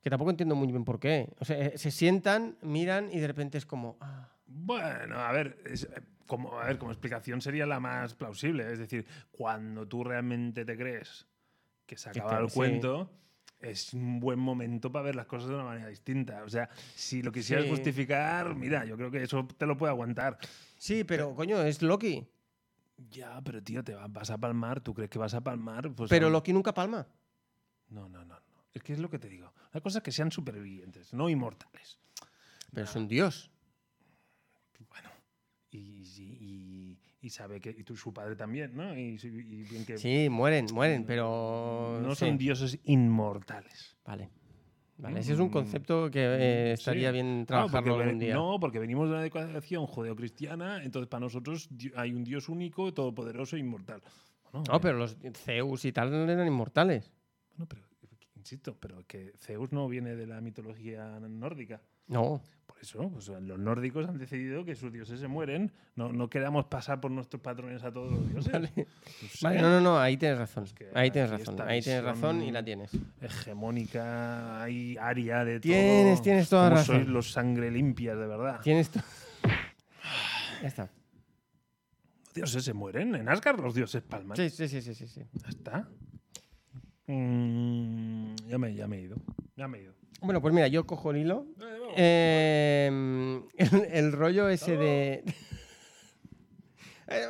S2: que tampoco entiendo muy bien por qué. O sea, eh, se sientan, miran y de repente es como. ah.
S1: Bueno, a ver, es- eh, como, a ver, como explicación sería la más plausible. Es decir, cuando tú realmente te crees que se
S2: Que
S1: acaba
S2: te-
S1: el
S2: sí.
S1: cuento, es un buen momento para ver las cosas de una manera distinta. O sea, si lo quisieras
S2: Sí.
S1: justificar, mira, yo creo que eso te lo puede aguantar.
S2: Sí, pero coño, es Loki.
S1: Ya, pero tío, te va- vas a palmar, tú crees que vas a palmar, pues.
S2: Pero
S1: a-
S2: Loki nunca palma.
S1: No, no, no, no. Es que es lo que te digo. La cosa es que sean supervivientes, no inmortales.
S2: Pero es un dios.
S1: Bueno. Y, y- y- y sabe que. Y tú, su padre también, ¿no? Y, su- y bien que.
S2: Sí, mueren, mueren, pero.
S1: no
S2: sí.
S1: son dioses inmortales.
S2: Vale. Vale, ese es un
S1: Mm,
S2: concepto que eh,
S1: Sí.
S2: estaría bien
S1: No,
S2: trabajarlo
S1: porque
S2: algún
S1: ve-
S2: día.
S1: No, porque venimos de una declaración judeocristiana, entonces para nosotros di- hay un dios único, todopoderoso e inmortal. Bueno,
S2: No,
S1: eh,
S2: Ah, pero los Zeus y tal eran inmortales.
S1: bueno, pero, insisto, pero que Zeus no viene de la mitología nórdica.
S2: No.
S1: Por eso, pues, los nórdicos han decidido que sus dioses se mueren. No, no queramos pasar por nuestros patrones a todos los dioses.
S2: Vale.
S1: Pues,
S2: Vale,
S1: eh,
S2: no, no, no, ahí tienes razón.
S1: que
S2: Ahí tienes
S1: aquí
S2: razón.
S1: esta
S2: Ahí tienes razón y
S1: visión-
S2: la tienes.
S1: Hegemónica, hay área de todo.
S2: Tienes- tienes toda
S1: Cómo
S2: razón.
S1: Sois los sangre limpias, de verdad.
S2: Tienes to- Ya está.
S1: Los dioses se mueren. En Asgard los dioses palman.
S2: Sí, sí, sí, sí, sí, sí.
S1: Ya está. Mm, ya, me, ya me he ido. Ya me he ido.
S2: Bueno, pues mira, yo cojo el hilo. Eh, el, el rollo ese de. Eh,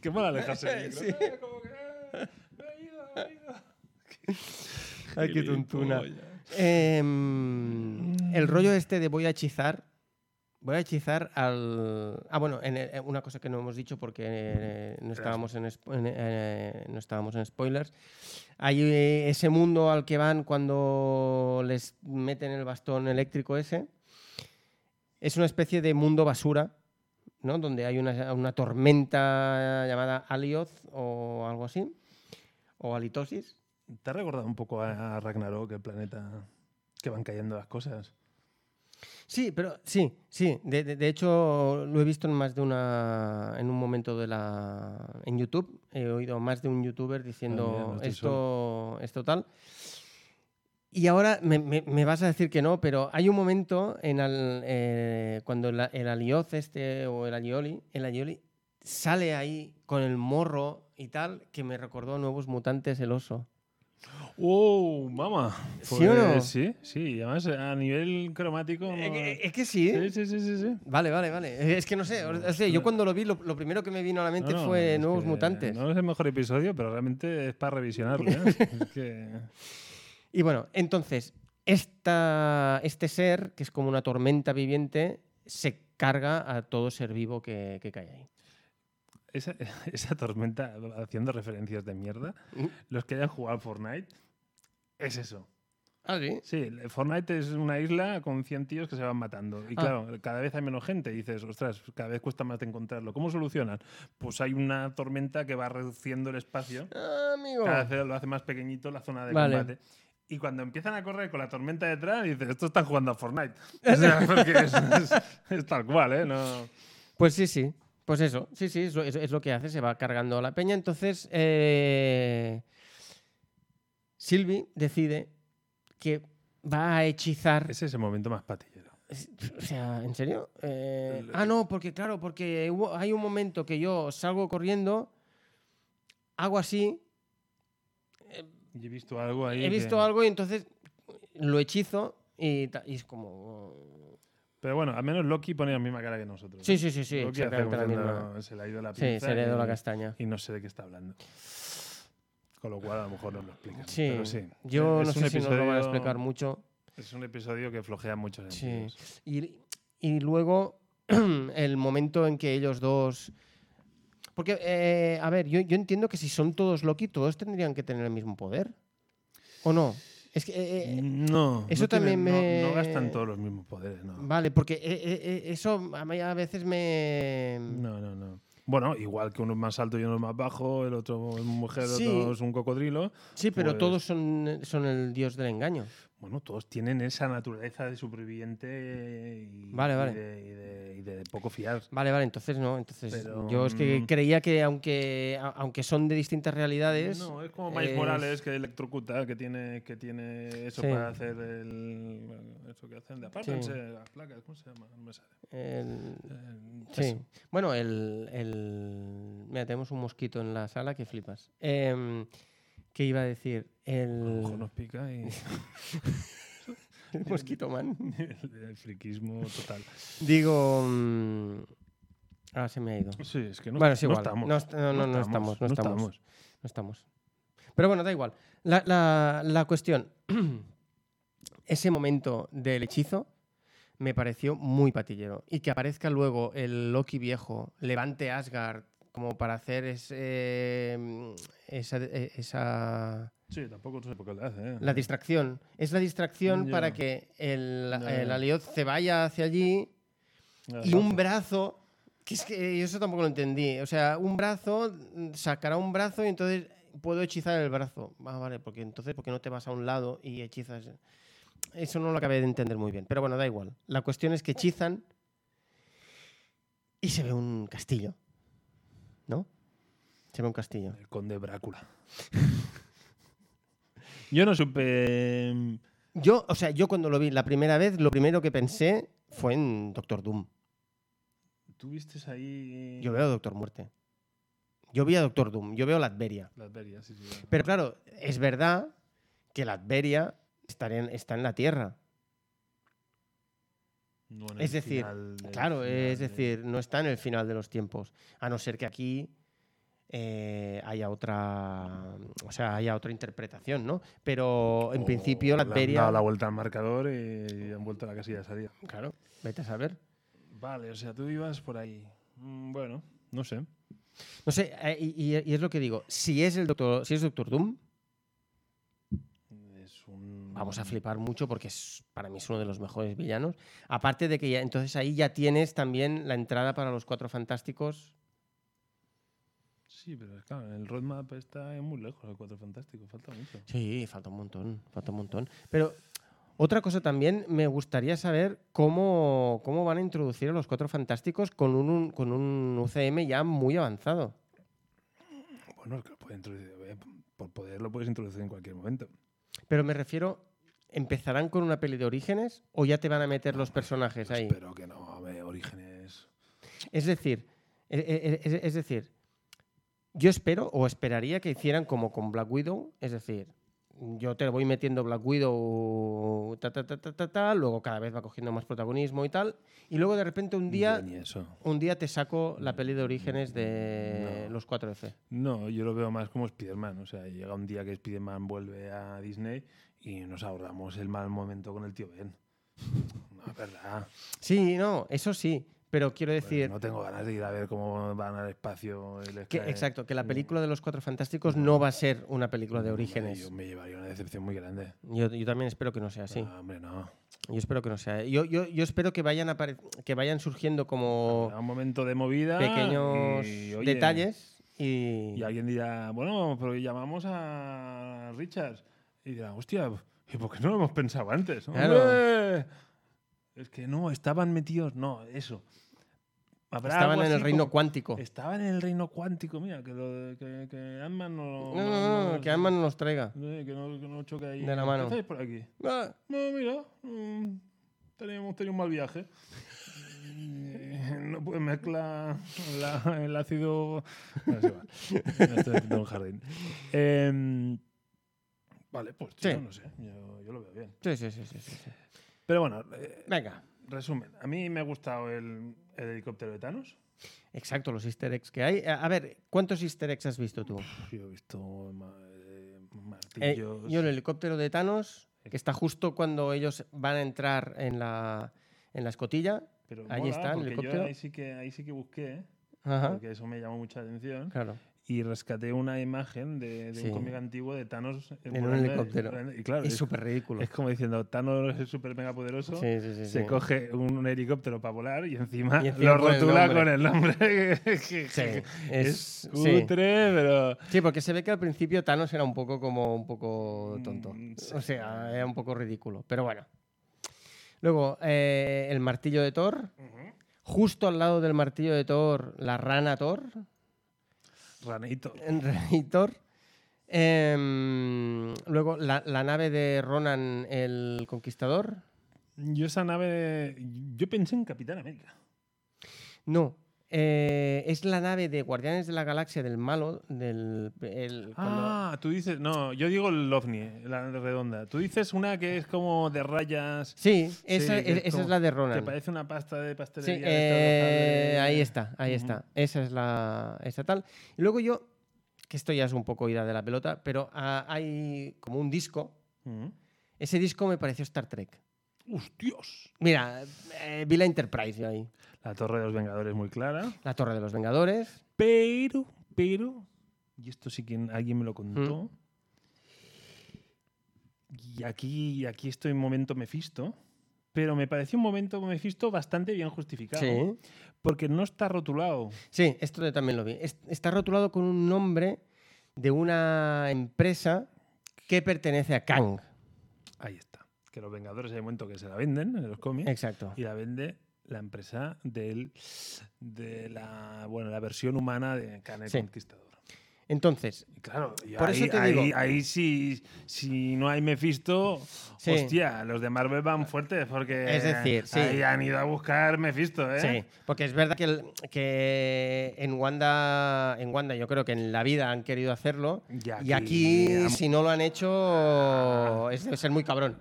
S1: Qué mal alejarse. del micro.
S2: Sí.
S1: Eh, como que, eh, me he ido, me he ido.
S2: Ay, qué tontuna. Em, el rollo este de voy a hechizar. Voy a hechizar al. Ah, bueno, en el- una cosa que no hemos dicho porque eh, no, estábamos en, spo- en, eh, no estábamos en spoilers. Hay eh, ese mundo al que van cuando les meten el bastón eléctrico ese. Es una especie de mundo basura, ¿no? Donde hay una, una tormenta llamada Alioth o algo así. O halitosis.
S1: ¿Te ha recordado un poco a a Ragnarok, el planeta que van cayendo las cosas?
S2: Sí, pero sí, sí. De, de- de hecho, lo he visto en más de una. en un momento de la. en YouTube. He oído a más de un youtuber
S1: Ah, mira,
S2: diciendo
S1: no estoy
S2: esto. esto tal. Y ahora me, me- me vas a decir que no, pero hay un momento en al- eh, cuando la- el alioz este o el alioli, el alioli sale ahí con el morro y tal, que me recordó a Nuevos Mutantes el oso.
S1: ¡Oh, mamá! Pues,
S2: ¿Sí o no?
S1: Sí, sí. Y además, a nivel cromático. no-
S2: Eh, que- es que sí, ¿eh?
S1: Sí, sí, sí, sí. sí.
S2: Vale, vale, vale. Eh, Es que no sé, o- o sea, yo cuando lo vi, lo, lo primero que me vino a la mente
S1: No, no,
S2: fue
S1: es
S2: Nuevos
S1: que
S2: Mutantes.
S1: No es el mejor episodio, pero realmente es para revisionarlo. ¿eh? es que...
S2: Y bueno, entonces, esta, este ser, que es como una tormenta viviente, se carga a todo ser vivo que, que cae ahí.
S1: esa, esa tormenta haciendo referencias de mierda,
S2: Mm.
S1: los que hayan jugado a Fortnite, es eso.
S2: Ah, sí.
S1: Sí, el- Fortnite es una isla con 100 tíos que se van matando. Y
S2: Ah.
S1: claro, cada vez hay menos gente. Y dices, ostras, cada vez cuesta más de encontrarlo. ¿Cómo solucionan? Pues hay una tormenta que va reduciendo el espacio.
S2: Ah, amigo.
S1: Cada vez lo hace más pequeñito la zona de
S2: Vale.
S1: combate. Y cuando empiezan a correr con la tormenta detrás, dices, estos están jugando a Fortnite. O sea, porque es, es- es tal cual, ¿eh? No...
S2: Pues sí, sí. Pues eso, sí, sí, es lo, es- es lo que hace, se va cargando a la peña. Entonces, eh, Silvi decide que va a hechizar.
S1: Ese es el momento más patillero.
S2: O sea, ¿en serio? Eh,
S1: El-
S2: ah, no, porque claro, porque hubo- hay un momento que yo salgo corriendo, hago así,
S1: Yo he visto algo ahí.
S2: he visto
S1: que-
S2: algo y entonces lo hechizo y, ta- y es como...
S1: Pero bueno, al menos Loki pone la misma cara que nosotros. ¿eh?
S2: Sí, sí, sí, sí,
S1: Loki hace
S2: exactamente la
S1: como
S2: misma.
S1: diciendo, Se le ha ido la
S2: Sí,
S1: pinza
S2: se le dio
S1: y-
S2: la castaña.
S1: y no sé de qué está hablando. Con lo cual, a lo mejor nos lo explica.
S2: Sí,
S1: pero sí.
S2: yo
S1: Es
S2: no
S1: un
S2: sé si nos lo van a
S1: episodio-
S2: explicar mucho.
S1: Es un episodio que flojea mucho.
S2: Sí. Y, y luego el momento en que ellos dos... Porque, eh, a ver, yo, yo entiendo que si son todos Loki, todos tendrían que tener el mismo poder. ¿O no? Es que... eh,
S1: Mm,
S2: eh,
S1: No.
S2: Eso
S1: no tienen-
S2: también
S1: no-
S2: me-
S1: no, gastan todos los mismos poderes, no.
S2: Vale, porque eh, eh, eh, eso a mí a veces me...
S1: No, no, no. Bueno, igual que uno es más alto y uno es más bajo, el otro es mujer, el
S2: Sí.
S1: otro es un cocodrilo.
S2: Sí, pero
S1: Pues-
S2: todos son, son el dios del engaño.
S1: Bueno, todos tienen esa naturaleza de superviviente y,
S2: Vale,
S1: y
S2: vale.
S1: de, y de- y de poco fiar.
S2: Vale, vale, entonces no. Entonces
S1: Pero,
S2: yo es que
S1: mm.
S2: creía que aunque, a- aunque son de distintas realidades...
S1: No, es como Miles
S2: es-
S1: Morales que electrocuta, que tiene, que tiene eso
S2: Sí.
S1: para hacer el. bueno, Eso que hacen de apártense las placas, ¿cómo se llama? No me sale.
S2: el-
S1: Eh,
S2: Sí.
S1: eso.
S2: Bueno, el, el- Mira, tenemos un mosquito en la sala que flipas. Em, ¿Qué iba a decir?
S1: A lo mejor
S2: El,
S1: nos pica y.
S2: el mosquito man.
S1: el, el friquismo total.
S2: Digo... mm, Ah, se me ha ido.
S1: Sí, es que no,
S2: Bueno, es
S1: no
S2: igual.
S1: estamos.
S2: No est- no, no, no estamos, no estamos. No estamos. Pero bueno, da igual. La, la- la cuestión. Ese momento del hechizo me pareció muy patillero. Y que aparezca luego el Loki viejo, levante Asgard, como para hacer ese, eh, esa, eh, esa-
S1: Sí, tampoco sé por qué lo hace. ¿eh?
S2: La distracción. Es la distracción
S1: Ya.
S2: para que el,
S1: Ya,
S2: el
S1: ya.
S2: Alioth se vaya hacia allí
S1: Ya,
S2: y un brazo, que es que eso tampoco lo entendí. O sea, un brazo mm, sacará un brazo y entonces puedo hechizar el brazo. Ah, vale, porque entonces, ¿por qué no te vas a un lado y hechizas? Eso no lo acabé de entender muy bien. Pero bueno, da igual. La cuestión es que hechizan y se ve un castillo. ¿No? Se ve un castillo.
S1: El conde Brácula. Yo no supe. mm,
S2: Yo, o sea, yo cuando lo vi la primera vez, lo primero que pensé fue en Doctor Doom.
S1: ¿Tú viste ahí.
S2: Yo veo Doctor Muerte. Yo vi a Doctor Doom. Yo veo Latveria.
S1: Las verias, sí, sí. ya.
S2: Pero claro, es verdad que la Adveria está en, está en la Tierra.
S1: No en
S2: es
S1: el
S2: decir,
S1: final del
S2: claro,
S1: final
S2: es
S1: de-
S2: decir, no está en el final de los tiempos. A no ser que aquí eh, haya otra. O sea, haya otra interpretación, ¿no? Pero en
S1: O
S2: principio la
S1: le han
S2: Adveria.
S1: dado Oh, la vuelta al marcador y han vuelto a la casilla de salida.
S2: Claro, vete a saber.
S1: Vale, o sea, tú ibas por ahí. Mm, Bueno, no sé.
S2: No sé, eh, y, y- y es lo que digo. Si es el Doctor, si es Doctor Doom,
S1: Es un.
S2: vamos a flipar mucho porque es, para mí es uno de los mejores villanos. Aparte de que ya, entonces ahí ya tienes también la entrada para los cuatro fantásticos.
S1: Sí, pero es claro, el roadmap está muy lejos, el Cuatro Fantástico, falta mucho.
S2: Sí, falta un montón, falta un montón. Pero otra cosa también, me gustaría saber cómo, cómo van a introducir a los Cuatro Fantásticos con un, un- con un UCM ya muy avanzado.
S1: Bueno, es que lo puede introducir, eh, por poder lo puedes introducir en cualquier momento.
S2: Pero me refiero, ¿empezarán con una peli de orígenes o ya te van a meter los personajes ahí?
S1: Espero que no, a ver, orígenes.
S2: Es decir, e- e- e- es decir, yo espero o esperaría que hicieran como con Black Widow, es decir, yo te voy metiendo Black Widow, ta, ta, ta, ta, ta, ta, luego cada vez va cogiendo más protagonismo y tal, y luego de repente un día,
S1: Yo Ni eso.
S2: un día te saco la peli de orígenes de
S1: No.
S2: los 4F.
S1: No, yo lo veo más como Spider-Man. O sea, llega un día que Spider-Man vuelve a Disney y nos ahorramos el mal momento con el tío Ben. No, es verdad.
S2: Sí, no, eso sí, Pero quiero decir
S1: no tengo ganas de ir a ver cómo van al espacio. este. y les
S2: que,
S1: cae.
S2: exacto, que la película de los Cuatro Fantásticos no va a ser una película de
S1: Yo
S2: orígenes.
S1: me Ah, llevaría una decepción muy grande.
S2: Yo, yo también espero que no sea así.
S1: No, hombre, no.
S2: Yo espero que no sea. ¿eh? Yo, yo, yo espero que vayan, apare- que vayan surgiendo como
S1: Habrá un momento de movida.
S2: pequeños
S1: Ah, y, oye,
S2: detalles y,
S1: Y alguien dirá, bueno, pero llamamos a Richards. Y dirá, hostia, ¿y por qué no lo hemos pensado antes?
S2: Claro.
S1: ¡Hombre! Es que no, estaban metidos, no, eso. Habrá
S2: estaban
S1: algo
S2: en el
S1: así
S2: reino
S1: como-
S2: cuántico.
S1: Estaban en el reino cuántico, mira, que, lo, que, que Ant-Man no, lo-
S2: No, no, no,
S1: lo-
S2: que Ant-Man no nos traiga.
S1: Eh, que no, que no choque ahí.
S2: De la mano.
S1: ¿Qué hacéis por aquí?
S2: Ah,
S1: No, mira, mm, teníamos tenido un mal viaje. Mm, No puede mezclar la- el ácido. No se va. No estoy haciendo un jardín. Em, vale, pues tío,
S2: Sí.
S1: no sé. Yo, yo lo veo bien.
S2: Sí, sí, sí, sí, sí, sí.
S1: Pero bueno, eh,
S2: Venga,
S1: resumen. A mí me ha gustado el, el helicóptero de Thanos.
S2: exacto, los easter eggs que hay. A a ver, ¿cuántos easter eggs has visto tú?
S1: Uf, Yo he visto ma- eh,
S2: Eh,
S1: martillos.
S2: yo el helicóptero de Thanos, que está justo cuando ellos van a entrar en la, en la escotilla.
S1: pero
S2: ahí
S1: mola,
S2: está, el
S1: porque yo
S2: helicóptero.
S1: ahí sí que, ahí sí que busqué, ¿eh?
S2: Ajá,
S1: porque eso me llamó mucha atención.
S2: claro.
S1: y rescaté una imagen de, de
S2: Sí.
S1: un cómic antiguo de Thanos
S2: En
S1: volando-
S2: un helicóptero.
S1: volando- Y claro,
S2: es
S1: es,
S2: súper ridículo.
S1: es como diciendo, Thanos es súper mega poderoso.
S2: Sí, sí, sí,
S1: Se
S2: sí.
S1: coge un, un helicóptero para volar y encima,
S2: Y encima
S1: lo
S2: pone el
S1: rotula
S2: nombre.
S1: con el nombre. que- que-
S2: Sí,
S1: que- es
S2: es- sí.
S1: cutre, pero.
S2: Sí, porque se ve que al principio Thanos era un poco como un poco tonto.
S1: Mm, sí.
S2: O sea, era un poco ridículo. Pero bueno. Luego, eh, el martillo de Thor. Justo al lado del martillo de Thor, la rana Thor.
S1: Ranito.
S2: En Rey Thor. Em, luego, la, la nave de Ronan el Conquistador.
S1: Yo esa nave. Yo pensé en Capitán América.
S2: No. eh, es la nave de Guardianes de la Galaxia del malo. Del, el- cuando-
S1: Ah, tú dices. No, yo digo el OVNI, la redonda. Tú dices una que es como de rayas.
S2: Sí, esa,
S1: que es
S2: esa es
S1: como-
S2: la de
S1: Que
S2: Ronan.
S1: parece una pasta de
S2: Sí,
S1: pastelería. de
S2: eh,
S1: estas rojas de-
S2: ahí está, ahí
S1: Ujú.
S2: está. Esa es la esa tal. Y luego yo, que esto ya es un poco ida de la pelota, pero ah, hay como un disco.
S1: Ujú.
S2: Ese disco me pareció Star Trek.
S1: ¡Hostios!
S2: Mira, eh, vi la Enterprise yo ahí,
S1: La Torre de los Vengadores muy clara.
S2: la Torre de los Vengadores.
S1: Pero, pero, y esto sí que alguien me lo contó. Y aquí, y aquí estoy en momento Mefisto. Pero me pareció un momento Mefisto bastante bien justificado. ¿eh?
S2: Sí.
S1: Porque no está rotulado.
S2: Sí, esto yo también lo vi. Es- Está rotulado con un nombre de una empresa que pertenece a Kang.
S1: Ahí está. Que los Vengadores hay un momento que se la venden en los cómics.
S2: Exacto.
S1: Y la vende la empresa del, de la, bueno, la versión humana de Khan el
S2: Sí.
S1: Conquistador.
S2: Entonces,
S1: Y Claro, y
S2: Por
S1: ahí,
S2: eso te
S1: ahí-
S2: digo.
S1: ahí sí, si no hay Mephisto,
S2: Sí.
S1: hostia, los de Marvel van fuertes porque
S2: Es decir, sí.
S1: ahí han ido a buscar Mephisto, ¿eh?
S2: Sí, porque es verdad que, el- que en Wanda, en Wanda, yo creo que en la vida han querido hacerlo.
S1: Y aquí- Ah.
S2: Y aquí, si no lo han hecho, es debe ser muy cabrón.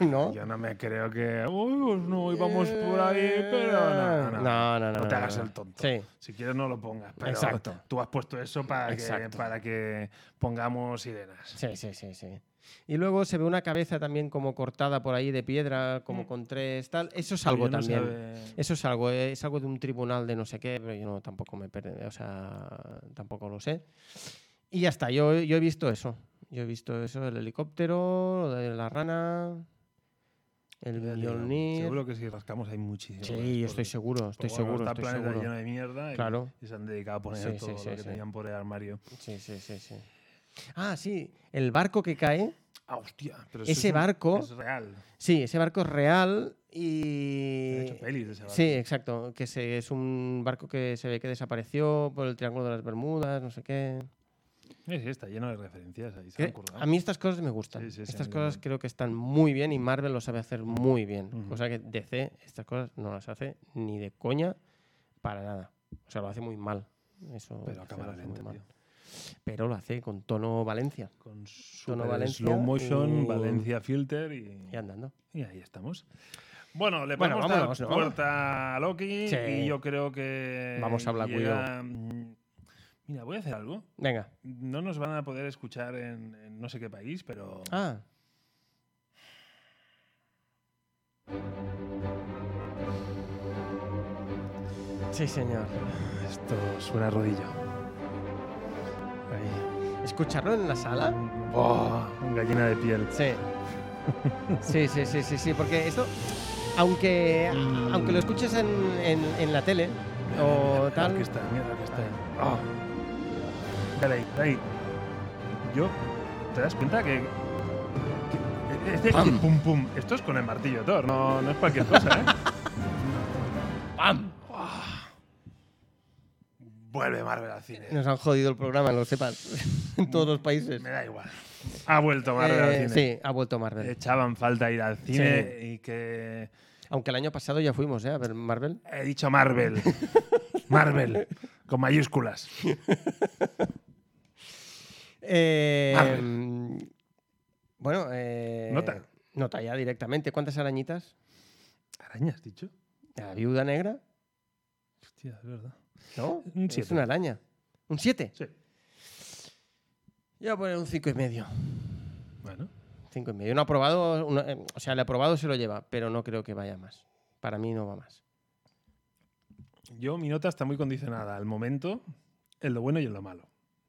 S2: ¿No? Eh,
S1: Yo no me creo que. Uy, pues no íbamos por ahí, pero. No, no, no.
S2: No, no, no,
S1: te
S2: no,
S1: hagas
S2: no.
S1: el tonto.
S2: Sí.
S1: Si quieres, no lo pongas. Pero
S2: Exacto.
S1: Tú has puesto eso para, que,
S2: Exacto.
S1: para que pongamos sirenas.
S2: Sí, sí, sí, sí. Y luego se ve una cabeza también como cortada por ahí de piedra, como con tres tal. Eso es algo
S1: Mm. Yo no
S2: también.
S1: sabe-
S2: Eso es algo, eh, es algo de un tribunal de no sé qué, pero yo no, tampoco me perde- o sea, tampoco lo sé. Y ya está, yo, yo he visto eso. Yo he visto eso, el helicóptero, lo de la rana, el
S1: Ya te digo,
S2: Mjolnir.
S1: Seguro que si rascamos hay muchísimo.
S2: Sí, yo estoy seguro, estoy seguro,
S1: Está
S2: estoy
S1: planeta
S2: seguro.
S1: lleno de mierda y,
S2: Claro.
S1: y se han dedicado a poner
S2: Sí, sí,
S1: todo
S2: sí,
S1: lo que
S2: sí.
S1: tenían por el armario.
S2: Sí, sí, sí, sí. Ah, sí, el barco que cae,
S1: Ah, hostia. Pero
S2: Ese barco-
S1: Es real.
S2: sí, ese barco es real
S1: Han
S2: y...
S1: hecho pelis de ese barco.
S2: Eh, Sí, exacto, que se- es un barco que se ve que desapareció por el Triángulo de las Bermudas, no sé qué.
S1: Sí, sí, está lleno de referencias ahí. Se
S2: Que
S1: han currado.
S2: a mí estas cosas me gustan.
S1: Sí, sí, sí, a
S2: estas
S1: mí
S2: cosas
S1: también.
S2: creo que están muy bien y Marvel lo sabe hacer muy bien.
S1: Ujú.
S2: Cosa que DC estas cosas no las hace ni de coña para nada. O sea, lo hace muy mal. Eso
S1: Pero a
S2: DC lo
S1: cámara
S2: hace muy
S1: lenta,
S2: mal.
S1: tío.
S2: Pero lo hace con tono Valencia
S1: Con super
S2: Valencia
S1: slow motion,
S2: y-
S1: Valencia filter y,
S2: y andando.
S1: y ahí estamos. Bueno, le
S2: Bueno,
S1: podemos
S2: vámonos,
S1: dar
S2: ¿no?
S1: puerta a Loki
S2: Sí.
S1: y yo creo que...
S2: Vamos a Black
S1: llega- Mira, voy a hacer algo.
S2: Venga.
S1: No nos van a poder escuchar en, en no sé qué país, pero...
S2: Ah. Sí, señor.
S1: Esto suena a rodillo. Ahí.
S2: ¿Escucharlo en la sala?
S1: Oh, gallina de piel.
S2: Sí. Sí, sí, sí, sí, sí, porque esto, aunque,
S1: Mm.
S2: aunque lo escuches en, en, en la tele o
S1: Mira
S2: Oh, tal,
S1: que está, mira que está. Oh. Dale ahí, dale ahí. Yo, ¿te das cuenta que. que- este-
S2: Pam.
S1: pum, pum. Esto es con el martillo Thor, no, no es cualquier cosa, ¿eh? Oh.
S2: ¡pam!
S1: Vuelve Marvel al cine.
S2: Nos han jodido el programa, lo sepas, en todos los países.
S1: Mm. Me da igual. Ha vuelto Marvel
S2: Eh,
S1: al cine. Eh.
S2: sí, ha vuelto Marvel.
S1: Echaban falta ir al cine y que.
S2: Aunque el año pasado ya fuimos, ¿eh? A ver, Marvel.
S1: He dicho Marvel. Marvel. Con mayúsculas.
S2: Eh,
S1: Marvel.
S2: mm, Bueno, eh,
S1: Nota.
S2: Nota ya directamente. ¿Cuántas arañitas?
S1: ¿Araña has dicho?
S2: La viuda negra,
S1: Hostia, es verdad. Mm,
S2: ¿no?
S1: Un
S2: Es
S1: siete.
S2: una araña. ¿Un 7?
S1: Sí.
S2: Yo voy a poner un 5 y medio.
S1: Bueno.
S2: Cinco y medio. Un aprobado, un- eh, o sea, el aprobado se lo lleva, pero no creo que vaya más. Para mí no va más.
S1: Yo, mi nota está muy condicionada al momento, en lo bueno y en lo malo.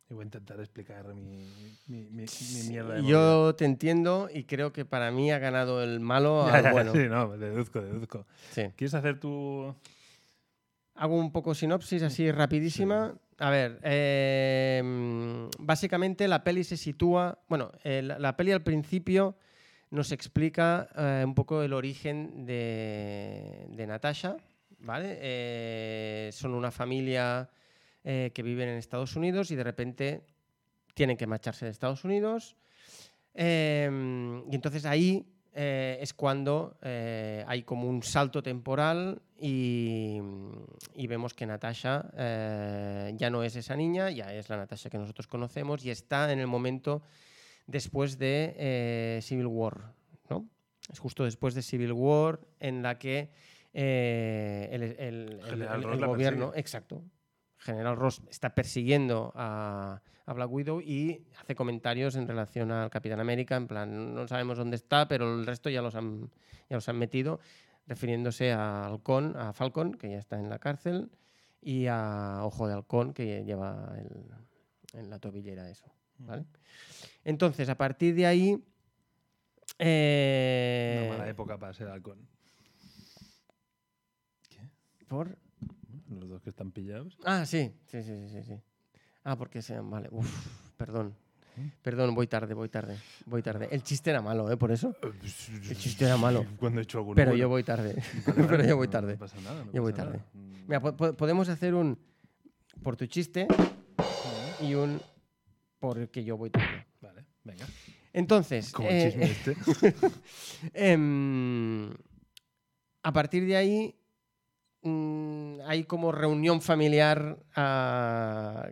S1: Y voy a intentar explicar mi, mi, mi- mi mierda. de movida.
S2: Yo te entiendo y creo que para mí ha ganado el malo
S1: Ya,
S2: al
S1: ya,
S2: ah, bueno.
S1: Sí, no, deduzco, deduzco.
S2: Sí.
S1: ¿Quieres hacer tu.
S2: Hago un poco sinopsis así rapidísima. A ver, eh, mm, básicamente la peli se sitúa, bueno, eh, la, la peli al principio nos explica eh, un poco el origen de, de Natasha, ¿vale? Eh, son una familia eh, que viven en Estados Unidos y de repente tienen que marcharse de Estados Unidos. Eh, y entonces ahí eh, es cuando eh, hay como un salto temporal y, y vemos que Natasha eh, ya no es esa niña, ya es la Natasha que nosotros conocemos y está en el momento después de eh, Civil War, ¿no? Es justo después de Civil War en la que eh, el, el- el-
S1: General
S2: el-
S1: Ross
S2: el
S1: la
S2: gobierno,
S1: persigue.
S2: exacto, General Ross está persiguiendo a, a Black Widow y hace comentarios en relación al Capitán América, en plan, no sabemos dónde está, pero el resto ya los han, ya los han metido, refiriéndose a Halcón, a Falcon, que ya está en la cárcel, y a Ojo de Halcón, que lleva el- en la tobillera eso. ¿vale? Entonces, a partir de ahí... eh,
S1: Una mala época para ser halcón.
S2: por-
S1: Los dos que están pillados.
S2: Ah, sí, sí, sí, sí, sí, sí. Ah, porque se vale. Uf, perdón.
S1: ¿Eh?
S2: Perdón, voy tarde, voy tarde, voy tarde. El chiste era malo, ¿eh? Por eso. El chiste era malo.
S1: Cuando he hecho alguno.
S2: Pero
S1: bueno.
S2: yo voy tarde.
S1: Vale,
S2: Pero
S1: vale,
S2: yo voy
S1: no-
S2: tarde.
S1: No pasa nada. no
S2: Yo voy
S1: pasa
S2: tarde.
S1: nada. Mm,
S2: Mira, pues- po- po- podemos hacer un por tu chiste y un porque yo voy tarde.
S1: Vale, venga.
S2: Entonces,
S1: Como
S2: eh,
S1: el chisme este.
S2: Em, a partir de ahí mm, hay como reunión familiar ah,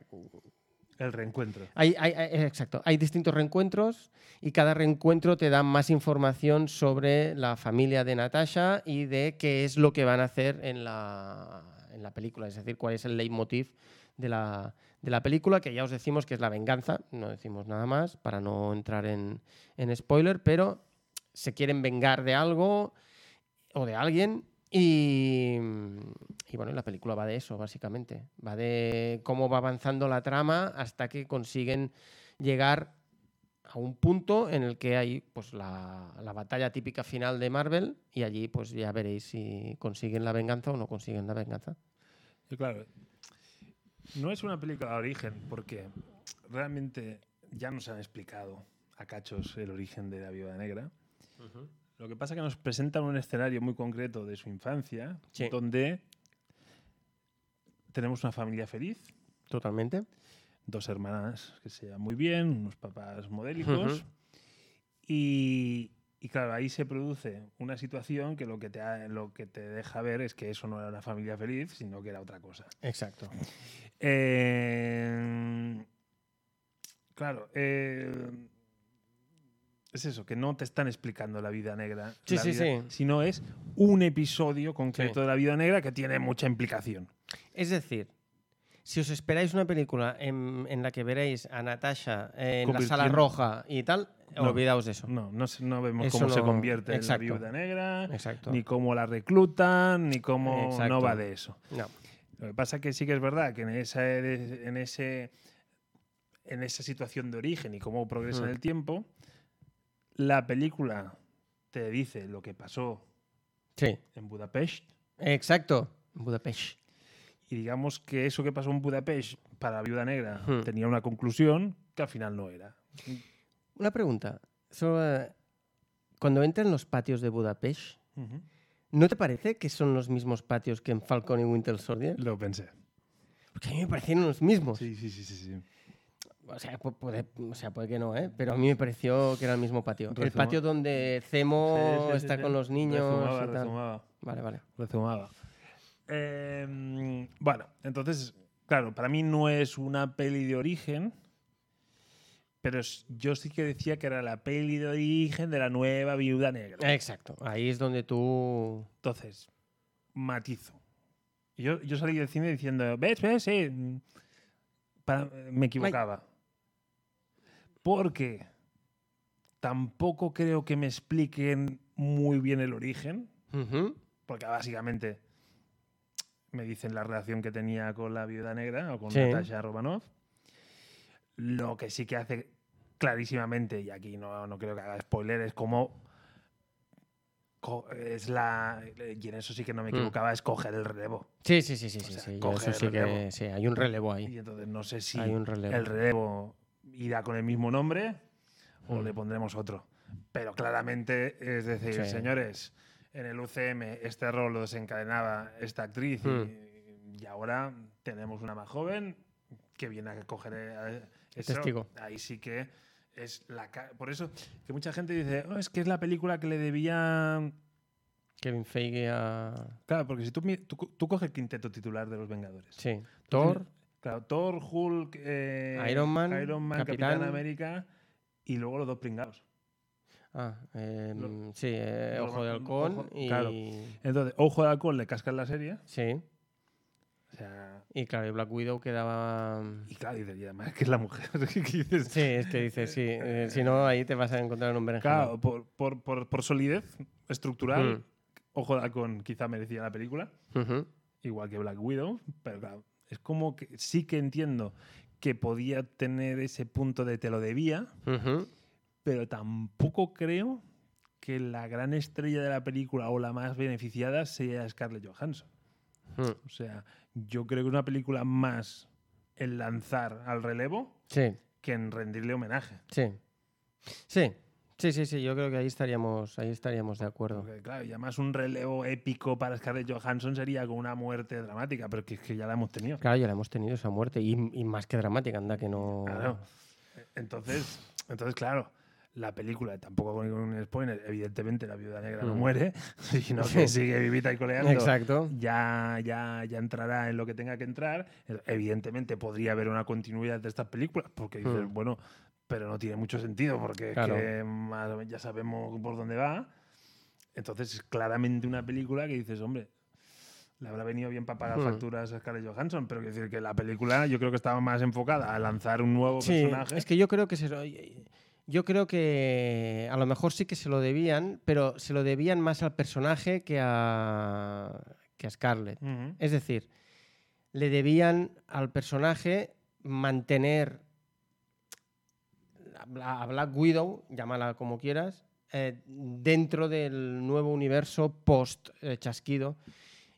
S1: El reencuentro.
S2: Hay, hay- hay- eh, exacto, hay distintos reencuentros y cada reencuentro te da más información sobre la familia de Natasha y de qué es lo que van a hacer en la, en la película, es decir, cuál es el leitmotiv de la, de la película, que ya os decimos que es la venganza, no decimos nada más para no entrar en, en spoiler, pero se quieren vengar de algo o de alguien. Y, y bueno, la película va de eso, básicamente. Va de cómo va avanzando la trama hasta que consiguen llegar a un punto en el que hay pues, la, la batalla típica final de Marvel y allí pues ya veréis si consiguen la venganza o no consiguen la venganza.
S1: Y claro, no es una película de origen, porque realmente ya nos han explicado a cachos el origen de la Viuda Negra. Lo que pasa es que nos presentan un escenario muy concreto de su infancia,
S2: Sí.
S1: donde tenemos una familia feliz,
S2: Totalmente.
S1: dos hermanas que se llevan muy bien, unos papás modélicos.
S2: Ujú.
S1: y, y claro, ahí se produce una situación que lo que, te ha- lo que te deja ver es que eso no era una familia feliz, sino que era otra cosa.
S2: Exacto.
S1: Eh, claro, eh, es eso, que no te están explicando la vida negra,
S2: Sí,
S1: la
S2: sí,
S1: vida-
S2: sí.
S1: sino es un episodio concreto
S2: Sí.
S1: de la vida negra que tiene mucha implicación.
S2: Es decir, si os esperáis una película en, en la que veréis a Natasha en la sala
S1: Convirtiendo-
S2: roja y tal,
S1: No.
S2: olvidaos de eso.
S1: No, no, se- no vemos
S2: Eso
S1: cómo se
S2: no-
S1: convierte
S2: exacto.
S1: en la viuda negra,
S2: Exacto.
S1: ni cómo la reclutan, ni cómo
S2: Exacto.
S1: no va de eso.
S2: No.
S1: Lo que pasa que sí que es verdad que en esa, en ese, en esa situación de origen y cómo progresa en
S2: Mm.
S1: el tiempo, la película te dice lo que pasó
S2: Sí,
S1: en Budapest
S2: exacto. Budapest.
S1: y digamos que eso que pasó en Budapest para Viuda Negra
S2: Hmm.
S1: tenía una conclusión que al final no era.
S2: Una pregunta. sobre- Cuando entra en los patios de Budapest,
S1: Ujú.
S2: ¿no te parece que son los mismos patios que en Falcon y Winter Soldier?
S1: Lo pensé.
S2: Porque a mí me parecieron los mismos.
S1: Sí, sí, sí, sí. sí.
S2: O sea, pu- puede, o sea, puede que no, ¿eh? Pero a mí me pareció que era el mismo patio. El
S1: Rezuma-
S2: patio donde Cemo
S1: Sí, sí, sí,
S2: Oh, está
S1: sí.
S2: con los niños
S1: Rezumaba,
S2: y tal.
S1: rezumaba.
S2: Vale, vale.
S1: Rezumaba. Eh, bueno, entonces, claro, para mí no es una peli de origen, pero es- yo sí que decía que era la peli de origen de la nueva viuda negra.
S2: Exacto. Ahí es donde tú...
S1: Entonces, matizo. Y Yo, yo salí del cine diciendo, ¿ves? ¿ves? Sí. Para- me equivocaba. Porque tampoco creo que me expliquen muy bien el origen.
S2: Ujú.
S1: Porque básicamente me dicen la relación que tenía con la viuda negra o con
S2: Sí.
S1: Natasha Romanoff. Lo que sí que hace clarísimamente, y aquí no, no creo que haga spoiler, es como co- es la. eh, Y en eso sí que no me
S2: Mm.
S1: equivocaba, es coger el relevo.
S2: Sí, sí, sí, sí, sí.
S1: sea,
S2: sí. Yo
S1: coge
S2: eso sí,
S1: el
S2: que,
S1: relevo.
S2: sí, hay un relevo ahí.
S1: Y entonces no sé si
S2: Hay un relevo.
S1: el relevo irá con el mismo nombre o
S2: Mm.
S1: le pondremos otro. Pero claramente, es decir,
S2: Sí.
S1: señores, en el UCM este rol lo desencadenaba esta actriz y-
S2: Mm.
S1: y, ahora tenemos una más joven que viene a coger eh, eso.
S2: Testigo.
S1: Ahí sí que es la... ca- Por eso que mucha gente dice, "Oh, es que es la película que le debía...
S2: Kevin Feige a...
S1: Claro, porque si tú, mi- tú, co- tú coges el quinteto titular de Los Vengadores.
S2: Sí. Thor.
S1: Claro, Thor, Hulk, eh,
S2: Iron Man,
S1: Capitán.
S2: Capitán.
S1: América y luego los dos pringados.
S2: Ah, eh,
S1: Lo-
S2: sí. eh,
S1: lo-
S2: Ojo de Halcón
S1: Ojo-
S2: y...
S1: claro. Entonces, Ojo de Alcohol le cascan la serie.
S2: Sí.
S1: O sea,
S2: Y claro, y Black Widow quedaba... mm,
S1: y claro, dices, y además que es la mujer. ¿qué dices?
S2: Sí, es que dice, sí. eh, si no, ahí te vas a encontrar un berenjenal.
S1: Claro, por, por- por- por solidez estructural,
S2: Mm.
S1: Ojo de Halcón quizá merecía la película,
S2: Ujú.
S1: igual que Black Widow, pero claro, es como que sí que entiendo que podía tener ese punto de te lo debía,
S2: Ujú.
S1: pero tampoco creo que la gran estrella de la película o la más beneficiada sea Scarlett Johansson.
S2: Ujú.
S1: O sea, yo creo que es una película más en lanzar al relevo
S2: Sí,
S1: que en rendirle homenaje.
S2: sí. Sí, sí, sí, sí, yo creo que ahí estaríamos, ahí estaríamos de acuerdo.
S1: Porque, claro, y además un relevo épico para Scarlett Johansson sería con una muerte dramática, pero que es que ya la hemos tenido.
S2: Claro, ya la hemos tenido esa muerte y, y más que dramática, anda que no.
S1: Claro. Entonces, entonces claro, la película, tampoco con un spoiler, evidentemente la viuda negra no
S2: Mm.
S1: muere, sino que sigue vivita y coleando.
S2: Exacto.
S1: ya, ya, ya entrará en lo que tenga que entrar. E, Evidentemente podría haber una continuidad de estas películas, porque dices,
S2: Mm.
S1: bueno, pero no tiene mucho sentido, porque es
S2: Claro.
S1: que más o men- ya sabemos por dónde va. Entonces, es claramente una película que dices, hombre, le habrá venido bien para pagar
S2: Mm.
S1: facturas a Scarlett Johansson, pero quiero decir que la película yo creo que estaba más enfocada a lanzar un nuevo
S2: Sí,
S1: personaje.
S2: es que yo creo que se lo- yo creo que a lo mejor sí que se lo debían, pero se lo debían más al personaje que a que a Scarlett.
S1: Ujú.
S2: Es decir, le debían al personaje mantener a Bla- a Black Widow, llámala como quieras, eh, dentro del nuevo universo post-chasquido.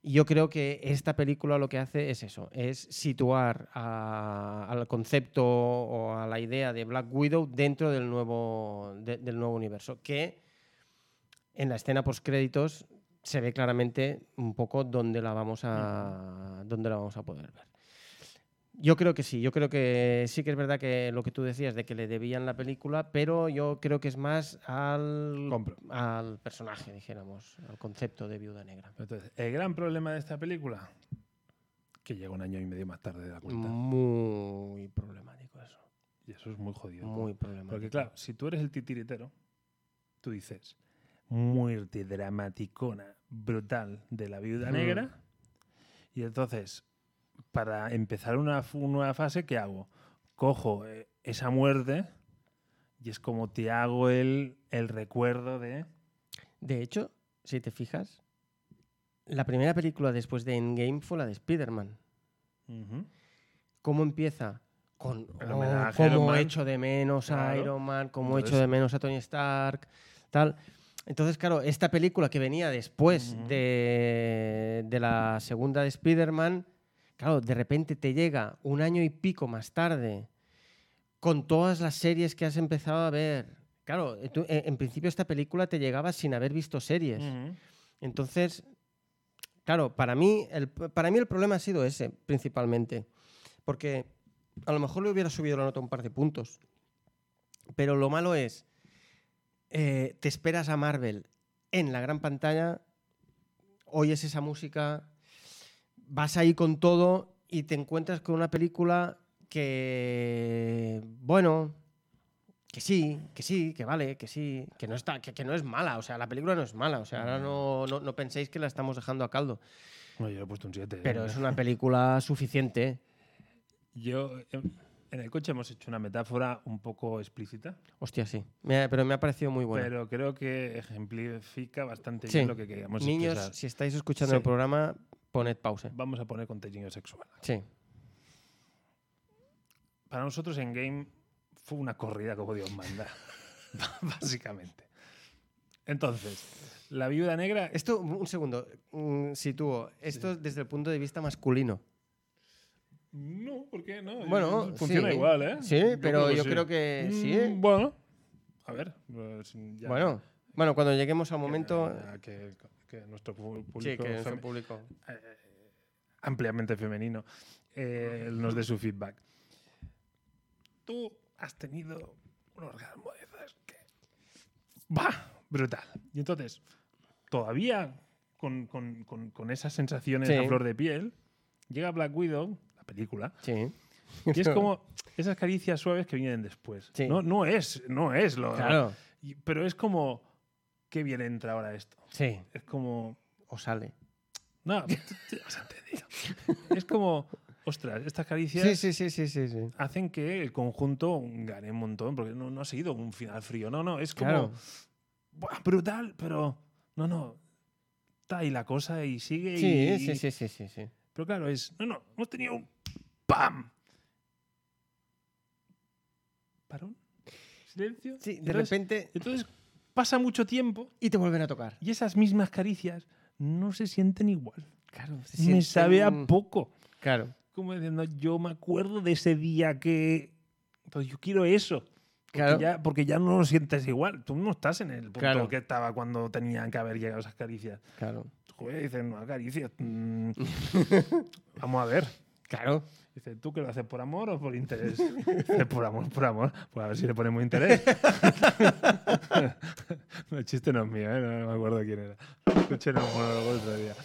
S2: Y yo creo que esta película lo que hace es eso, es situar a- al concepto o a la idea de Black Widow dentro del nuevo, de- del nuevo universo, que en la escena post-créditos se ve claramente un poco dónde la vamos a, dónde la vamos a poder ver. Yo creo que sí, yo creo que sí que es verdad que lo que tú decías de que le debían la película, pero yo creo que es más al,
S1: Compro.
S2: al personaje, dijéramos, al concepto de viuda negra.
S1: Entonces, el gran problema de esta película, que llega un año y medio más tarde de la cuenta.
S2: Mm. Muy problemático eso.
S1: Y eso es muy jodido.
S2: Muy problemático.
S1: Porque claro, si tú eres el titiritero, tú dices, muerte dramaticona, brutal de la viuda
S2: Mm.
S1: negra. Y entonces, para empezar una, fu- nueva fase, ¿qué hago? Cojo eh, esa muerte y es como te hago el, el recuerdo de...
S2: De hecho, si te fijas, la primera película después de Endgame fue la de Spider-Man.
S1: Ujú.
S2: ¿Cómo empieza? Con
S1: El
S2: oh,
S1: homenaje a Iron
S2: cómo
S1: Man.
S2: echo de menos a
S1: Claro.
S2: Iron Man, cómo
S1: Entonces-
S2: echo de menos a Tony Stark, tal. Entonces, claro, esta película que venía después de, de la segunda de Spider-Man, claro, de repente te llega un año y pico más tarde con todas las series que has empezado a ver. Claro, tú, eh, en principio esta película te llegaba sin haber visto series.
S1: Ujú.
S2: Entonces, claro, para mí, el, para mí el problema ha sido ese, principalmente. Porque a lo mejor le hubiera subido la nota un par de puntos. Pero lo malo es, eh, te esperas a Marvel en la gran pantalla, oyes esa música, vas ahí con todo y te encuentras con una película que, bueno, que sí, que sí, que vale, que sí, que no, está, que, que no es mala, o sea, la película no es mala, o sea, ahora no, no, no penséis que la estamos dejando a caldo,
S1: Bueno, yo le he puesto un ¿eh? 7.
S2: pero es una película suficiente.
S1: Yo, em, en el coche hemos hecho una metáfora un poco explícita,
S2: Hostia, sí, Me ha- pero me ha parecido muy buena.
S1: pero creo que ejemplifica bastante
S2: Sí.
S1: bien lo que queríamos
S2: Niños,
S1: expresar.
S2: si estáis escuchando
S1: Sí.
S2: el programa, poned pausa.
S1: Vamos a poner contenido sexual.
S2: Sí.
S1: Para nosotros en Game fue una corrida como Dios manda, básicamente. Entonces, la viuda negra es...
S2: Esto, un segundo, mm, sitúo. Esto es desde el punto de vista masculino.
S1: No, ¿por qué no? Yo-
S2: Bueno,
S1: funciona
S2: sí.
S1: igual, ¿eh?
S2: Sí, pero yo creo que sí, ¿eh?
S1: Mm, Bueno, a ver. pues, ya-
S2: Bueno, bueno, cuando lleguemos al
S1: que-
S2: momento.
S1: Que, que nuestro pu- público
S2: Sí, que es
S1: fem-
S2: el público.
S1: ampliamente femenino, eh, nos dé su feedback. Tú has tenido un orgasmo de esas que. ¡Bah! Brutal. Y entonces, todavía con, con- con- con esas sensaciones
S2: Sí.
S1: a flor de piel, llega Black Widow, la película,
S2: Sí.
S1: y es como esas caricias suaves que vienen después.
S2: Sí.
S1: No, no es, no es lo.
S2: Claro,
S1: y- pero es como. Qué bien entra ahora esto.
S2: sí.
S1: Es como.
S2: O sale.
S1: No, tú- tú has entendido. es como, ostras, estas caricias
S2: Sí, sí, sí, sí, sí. sí.
S1: hacen que el conjunto gane un montón, porque no, no ha sido un final frío. No, no, es como
S2: Claro.
S1: "Buah, brutal, pero no, no. Está ahí la cosa y sigue.
S2: Sí,
S1: y,
S2: sí, sí, sí, sí, sí.
S1: Pero claro, es, no, no, hemos tenido un ¡pam! ¿Parón? ¿Silencio?
S2: Sí, de
S1: Entonces-
S2: repente.
S1: Entonces pasa mucho tiempo
S2: Y te vuelven a tocar.
S1: y esas mismas caricias no se sienten igual.
S2: Claro, se
S1: Me
S2: sienten-
S1: sabe a poco.
S2: Claro.
S1: como diciendo, yo me acuerdo de ese día que. Pues yo quiero eso. Porque,
S2: Claro.
S1: ya, porque ya no lo sientes igual. Tú no estás en el punto
S2: Claro.
S1: que estaba cuando tenían que haber llegado esas caricias.
S2: Claro.
S1: Joder, dicen, no, caricias. mm, vamos a ver.
S2: Claro.
S1: Dice, ¿tú que lo haces por amor o por interés? Dice, por amor, por amor. Pues a ver si le ponemos interés. no, el chiste no es mío, ¿eh? no me acuerdo quién era. Escuché en un monólogo el otro día.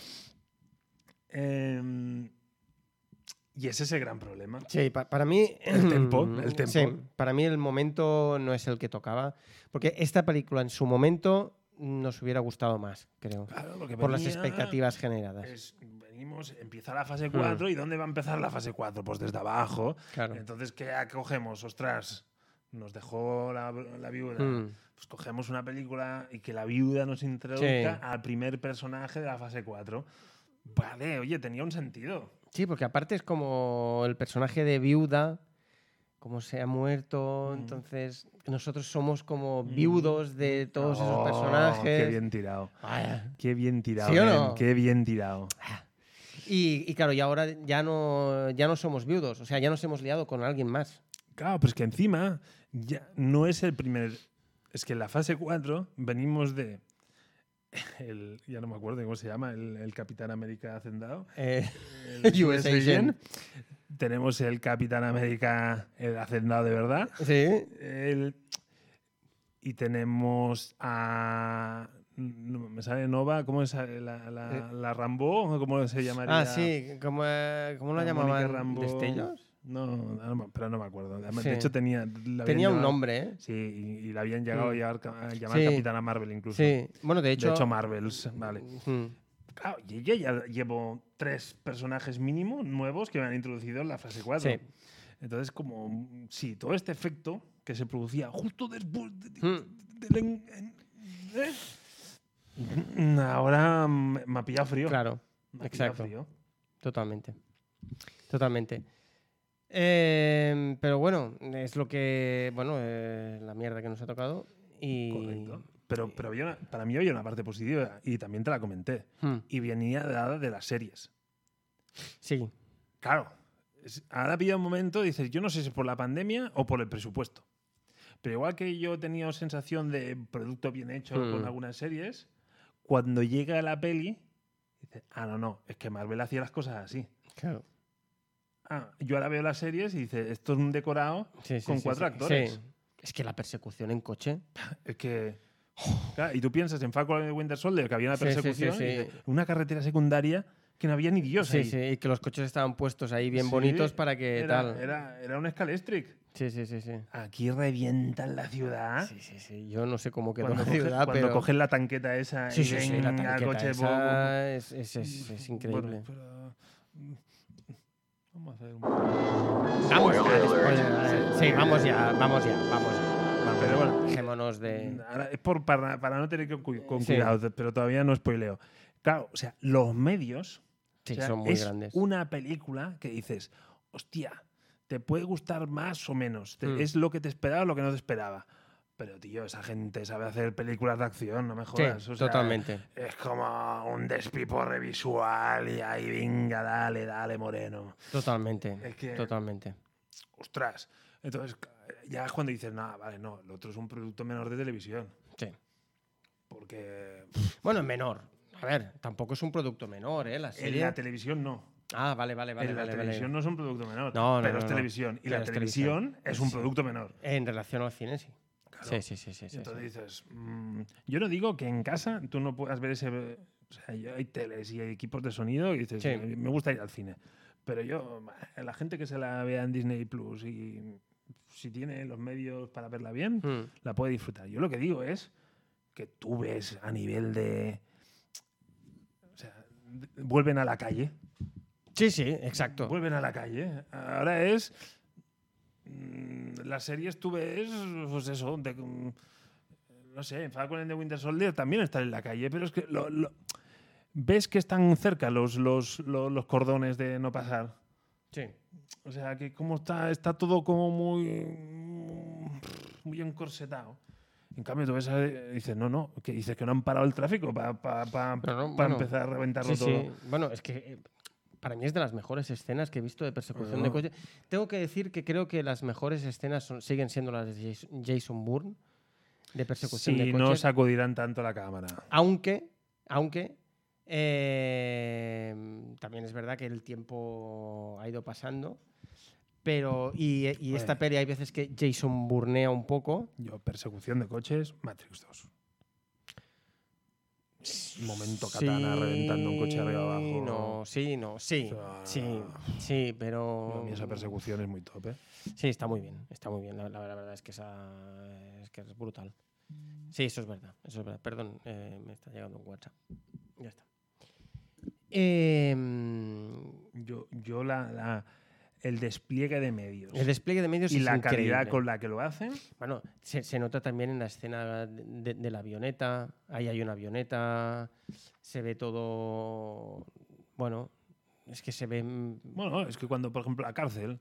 S1: Em, y ese es el gran problema.
S2: Sí, pa- para mí. mm,
S1: El tempo, el
S2: Sí,
S1: tempo.
S2: para mí el momento no es el que tocaba. Porque esta película en su momento nos hubiera gustado más, creo.
S1: Claro, lo que
S2: Por las
S1: venía
S2: expectativas generadas.
S1: es- venimos, empieza la fase 4 y ¿dónde va a empezar la fase 4? Pues desde abajo.
S2: Claro.
S1: Entonces, ¿qué acogemos? Ostras, nos dejó la, la viuda.
S2: Mm.
S1: Pues cogemos una película y que la viuda nos introduzca
S2: Sí.
S1: al primer personaje de la fase 4. Vale, oye, tenía un sentido.
S2: Sí, porque aparte es como el personaje de viuda, como se ha muerto, entonces nosotros somos como viudos de todos
S1: Oh,
S2: esos personajes.
S1: Qué bien tirado.
S2: Vaya.
S1: Qué bien tirado.
S2: ¿Sí o
S1: Ben,
S2: no?
S1: Qué bien tirado.
S2: Y, y claro, y ahora ya no, ya no somos viudos, o sea, ya nos hemos liado con alguien más.
S1: Claro, pero es que encima ya no es el primer. Es que en la fase 4 venimos de. el- ya no me acuerdo cómo se llama, el, el Capitán América Hacendado.
S2: Eh,
S1: el
S2: US Agent.
S1: Tenemos el Capitán América, el Hacendado de verdad.
S2: sí,
S1: El- y tenemos a. no me sale Nova, ¿cómo es la, la, la Rambo? ¿Cómo se llamaría?
S2: Eh. Ah, sí, como, eh, ¿cómo lo
S1: La Mónica
S2: llamaban?
S1: Rambo.
S2: ¿Destellos?
S1: No, no me- pero no me acuerdo. Además,
S2: Sí.
S1: De hecho, tenía. la
S2: Tenía
S1: habían
S2: un
S1: llamado-
S2: nombre, ¿eh?
S1: Sí, y, y la habían llegado a
S2: Mm.
S1: llevar ca- a llamar
S2: Sí.
S1: Capitana Marvel incluso.
S2: Sí, bueno, de hecho...
S1: De hecho, Marvels, vale.
S2: Mm.
S1: Claro, y yo ya llevo tres personajes mínimo nuevos que me han introducido en la fase 4.
S2: Sí.
S1: Entonces, como, mm, sí, todo este efecto que se producía justo después de- de-
S2: Mm.
S1: del en- en- ¿eh? Mm, Ahora mm, me, me ha pillado frío.
S2: Claro,
S1: Me ha pillado
S2: exacto,
S1: frío.
S2: totalmente. Totalmente. Eh, pero bueno, es lo que. Bueno, eh, la mierda que nos ha tocado. Y.
S1: Correcto. Pero, pero había una- para mí había una parte positiva y también te la comenté.
S2: Hmm,
S1: Y venía dada de las series.
S2: sí,
S1: Claro. es- Ahora pilla un momento, dices, yo no sé si es por la pandemia o por el presupuesto. Pero igual que yo tenía sensación de producto bien hecho
S2: Hmm.
S1: con algunas series, cuando llega la peli, dices, ah, no, no, es que Marvel hacía las cosas así.
S2: claro.
S1: Ah, yo ahora veo las series y dices, esto es un decorado
S2: Sí, sí,
S1: con
S2: sí,
S1: cuatro
S2: sí.
S1: actores.
S2: Sí. Es que la persecución en coche.
S1: Es que. Claro, y tú piensas en Falcon and the Winter Soldier, que había una
S2: Sí, sí, sí,
S1: persecución,
S2: sí.
S1: y dices, una carretera secundaria que no había ni Dios
S2: Sí,
S1: ahí.
S2: sí, y que los coches estaban puestos ahí bien
S1: Sí,
S2: bonitos para que
S1: era,
S2: tal.
S1: Era, era un escalestric.
S2: Sí, sí, sí, sí.
S1: Aquí revientan la ciudad.
S2: Sí, sí, sí. Yo no sé cómo quedó
S1: ¿Ah? Cuando,
S2: la
S1: coge-
S2: ciudad,
S1: cuando
S2: pero...
S1: cogen la tanqueta esa
S2: Sí,
S1: y
S2: sí, sí,
S1: ven
S2: la
S1: al
S2: tanqueta
S1: coche
S2: esa
S1: bo-
S2: es, es- es- es increíble.
S1: Bueno, pues, pero, mm, Vamos a hacer un... pues,
S2: Vamos,
S3: Spoiler
S2: ya,
S3: alert.
S2: spoiler, sí, vamos ya, vamos ya, vamos
S1: pues,
S2: ya. Vamos,
S1: Ah, Pero bueno.
S2: dejémonos de...
S1: Ahora, es por, para, para no tener que cu- con
S2: Sí.
S1: cuidado, pero todavía no spoileo. Claro, o sea, los medios
S2: Sí,
S1: O sea,
S2: son muy
S1: es
S2: grandes.
S1: Una película que dices, hostia, te puede gustar más o menos. te-
S2: Mm.
S1: Es lo que te esperaba o lo que no te esperaba. Pero, tío, esa gente sabe hacer películas de acción, no me
S2: Sí,
S1: jodas. o sea,
S2: totalmente.
S1: Es como un despipo revisual y ahí, venga, dale, dale, moreno.
S2: Totalmente,
S1: Es que-
S2: totalmente.
S1: Ostras. Entonces, ya es cuando dices, nada, vale, no, lo otro es un producto menor de televisión.
S2: Sí.
S1: Porque
S2: Bueno, es menor. A ver, tampoco es un producto menor, ¿eh? La
S1: en
S2: serie...
S1: la televisión no.
S2: Ah, vale, vale, vale.
S1: en la
S2: vale, vale.
S1: televisión no es un producto menor.
S2: No, no,
S1: pero
S2: no,
S1: es
S2: no.
S1: televisión. Y
S2: Pero
S1: la
S2: es televisión.
S1: televisión es un
S2: Sí.
S1: producto menor.
S2: En relación al cine, sí.
S1: Claro.
S2: Sí, sí, sí, sí. sí,
S1: Entonces
S2: sí.
S1: dices, mm, yo no digo que en casa tú no puedas ver ese... O sea, yo- hay teles y hay equipos de sonido y dices,
S2: Sí.
S1: "Me- me gusta ir al cine. Pero yo, ma, la gente que se la vea en Disney Plus y si tiene los medios para verla bien,
S2: Mm.
S1: la puede disfrutar. Yo lo que digo es que tú ves a nivel de... O sea, d- vuelven a la calle.
S2: Sí, sí, exacto.
S1: Vuelven a la calle. Ahora es. mm, Las series tú ves, pues eso, de- mm, no sé, en Falcon and the Winter Soldier también están en la calle, pero es que lo- lo- ves que están cerca los, los, los, los cordones de no pasar.
S2: Sí.
S1: O sea, que como está, está todo como muy, mm, muy encorsetado. En cambio, tú ves, a- dices, no, no, que dices que no han parado el tráfico para
S2: No, no, bueno.
S1: empezar a reventarlo
S2: Sí,
S1: todo.
S2: sí. Bueno, es que eh, para mí es de las mejores escenas que he visto de persecución
S1: Bueno.
S2: de coche. Tengo que decir que creo que las mejores escenas son- siguen siendo las de Jas- Jason Bourne de persecución de
S1: Si no
S2: coches.
S1: sacudirán tanto la cámara.
S2: Aunque, aunque eh, también es verdad que el tiempo ha ido pasando. Pero, y, y esta
S1: Bueno.
S2: peli hay veces que Jason burnea un poco.
S1: Yo, persecución de coches, Matrix 2. Momento katana
S2: Sí,
S1: reventando un coche arriba abajo.
S2: No, sí, no, sí.
S1: O sea,
S2: sí, sí, pero.
S1: A mí esa persecución es muy top, ¿eh?
S2: Sí, está muy bien, está muy bien. La, la- la verdad es que, esa- es que es brutal. Sí, eso es verdad, eso es verdad. Perdón, eh, me está llegando un WhatsApp. Ya está. Eh, mm,
S1: Yo, yo la, la- el despliegue de medios
S2: el despliegue de medios
S1: y
S2: es
S1: la
S2: increíble.
S1: calidad con la que lo hacen.
S2: Bueno, se, se nota también en la escena de, de- de la avioneta. Ahí hay una avioneta, se ve todo... Bueno, es que se ve... mm,
S1: Bueno, es que cuando, por ejemplo, la cárcel,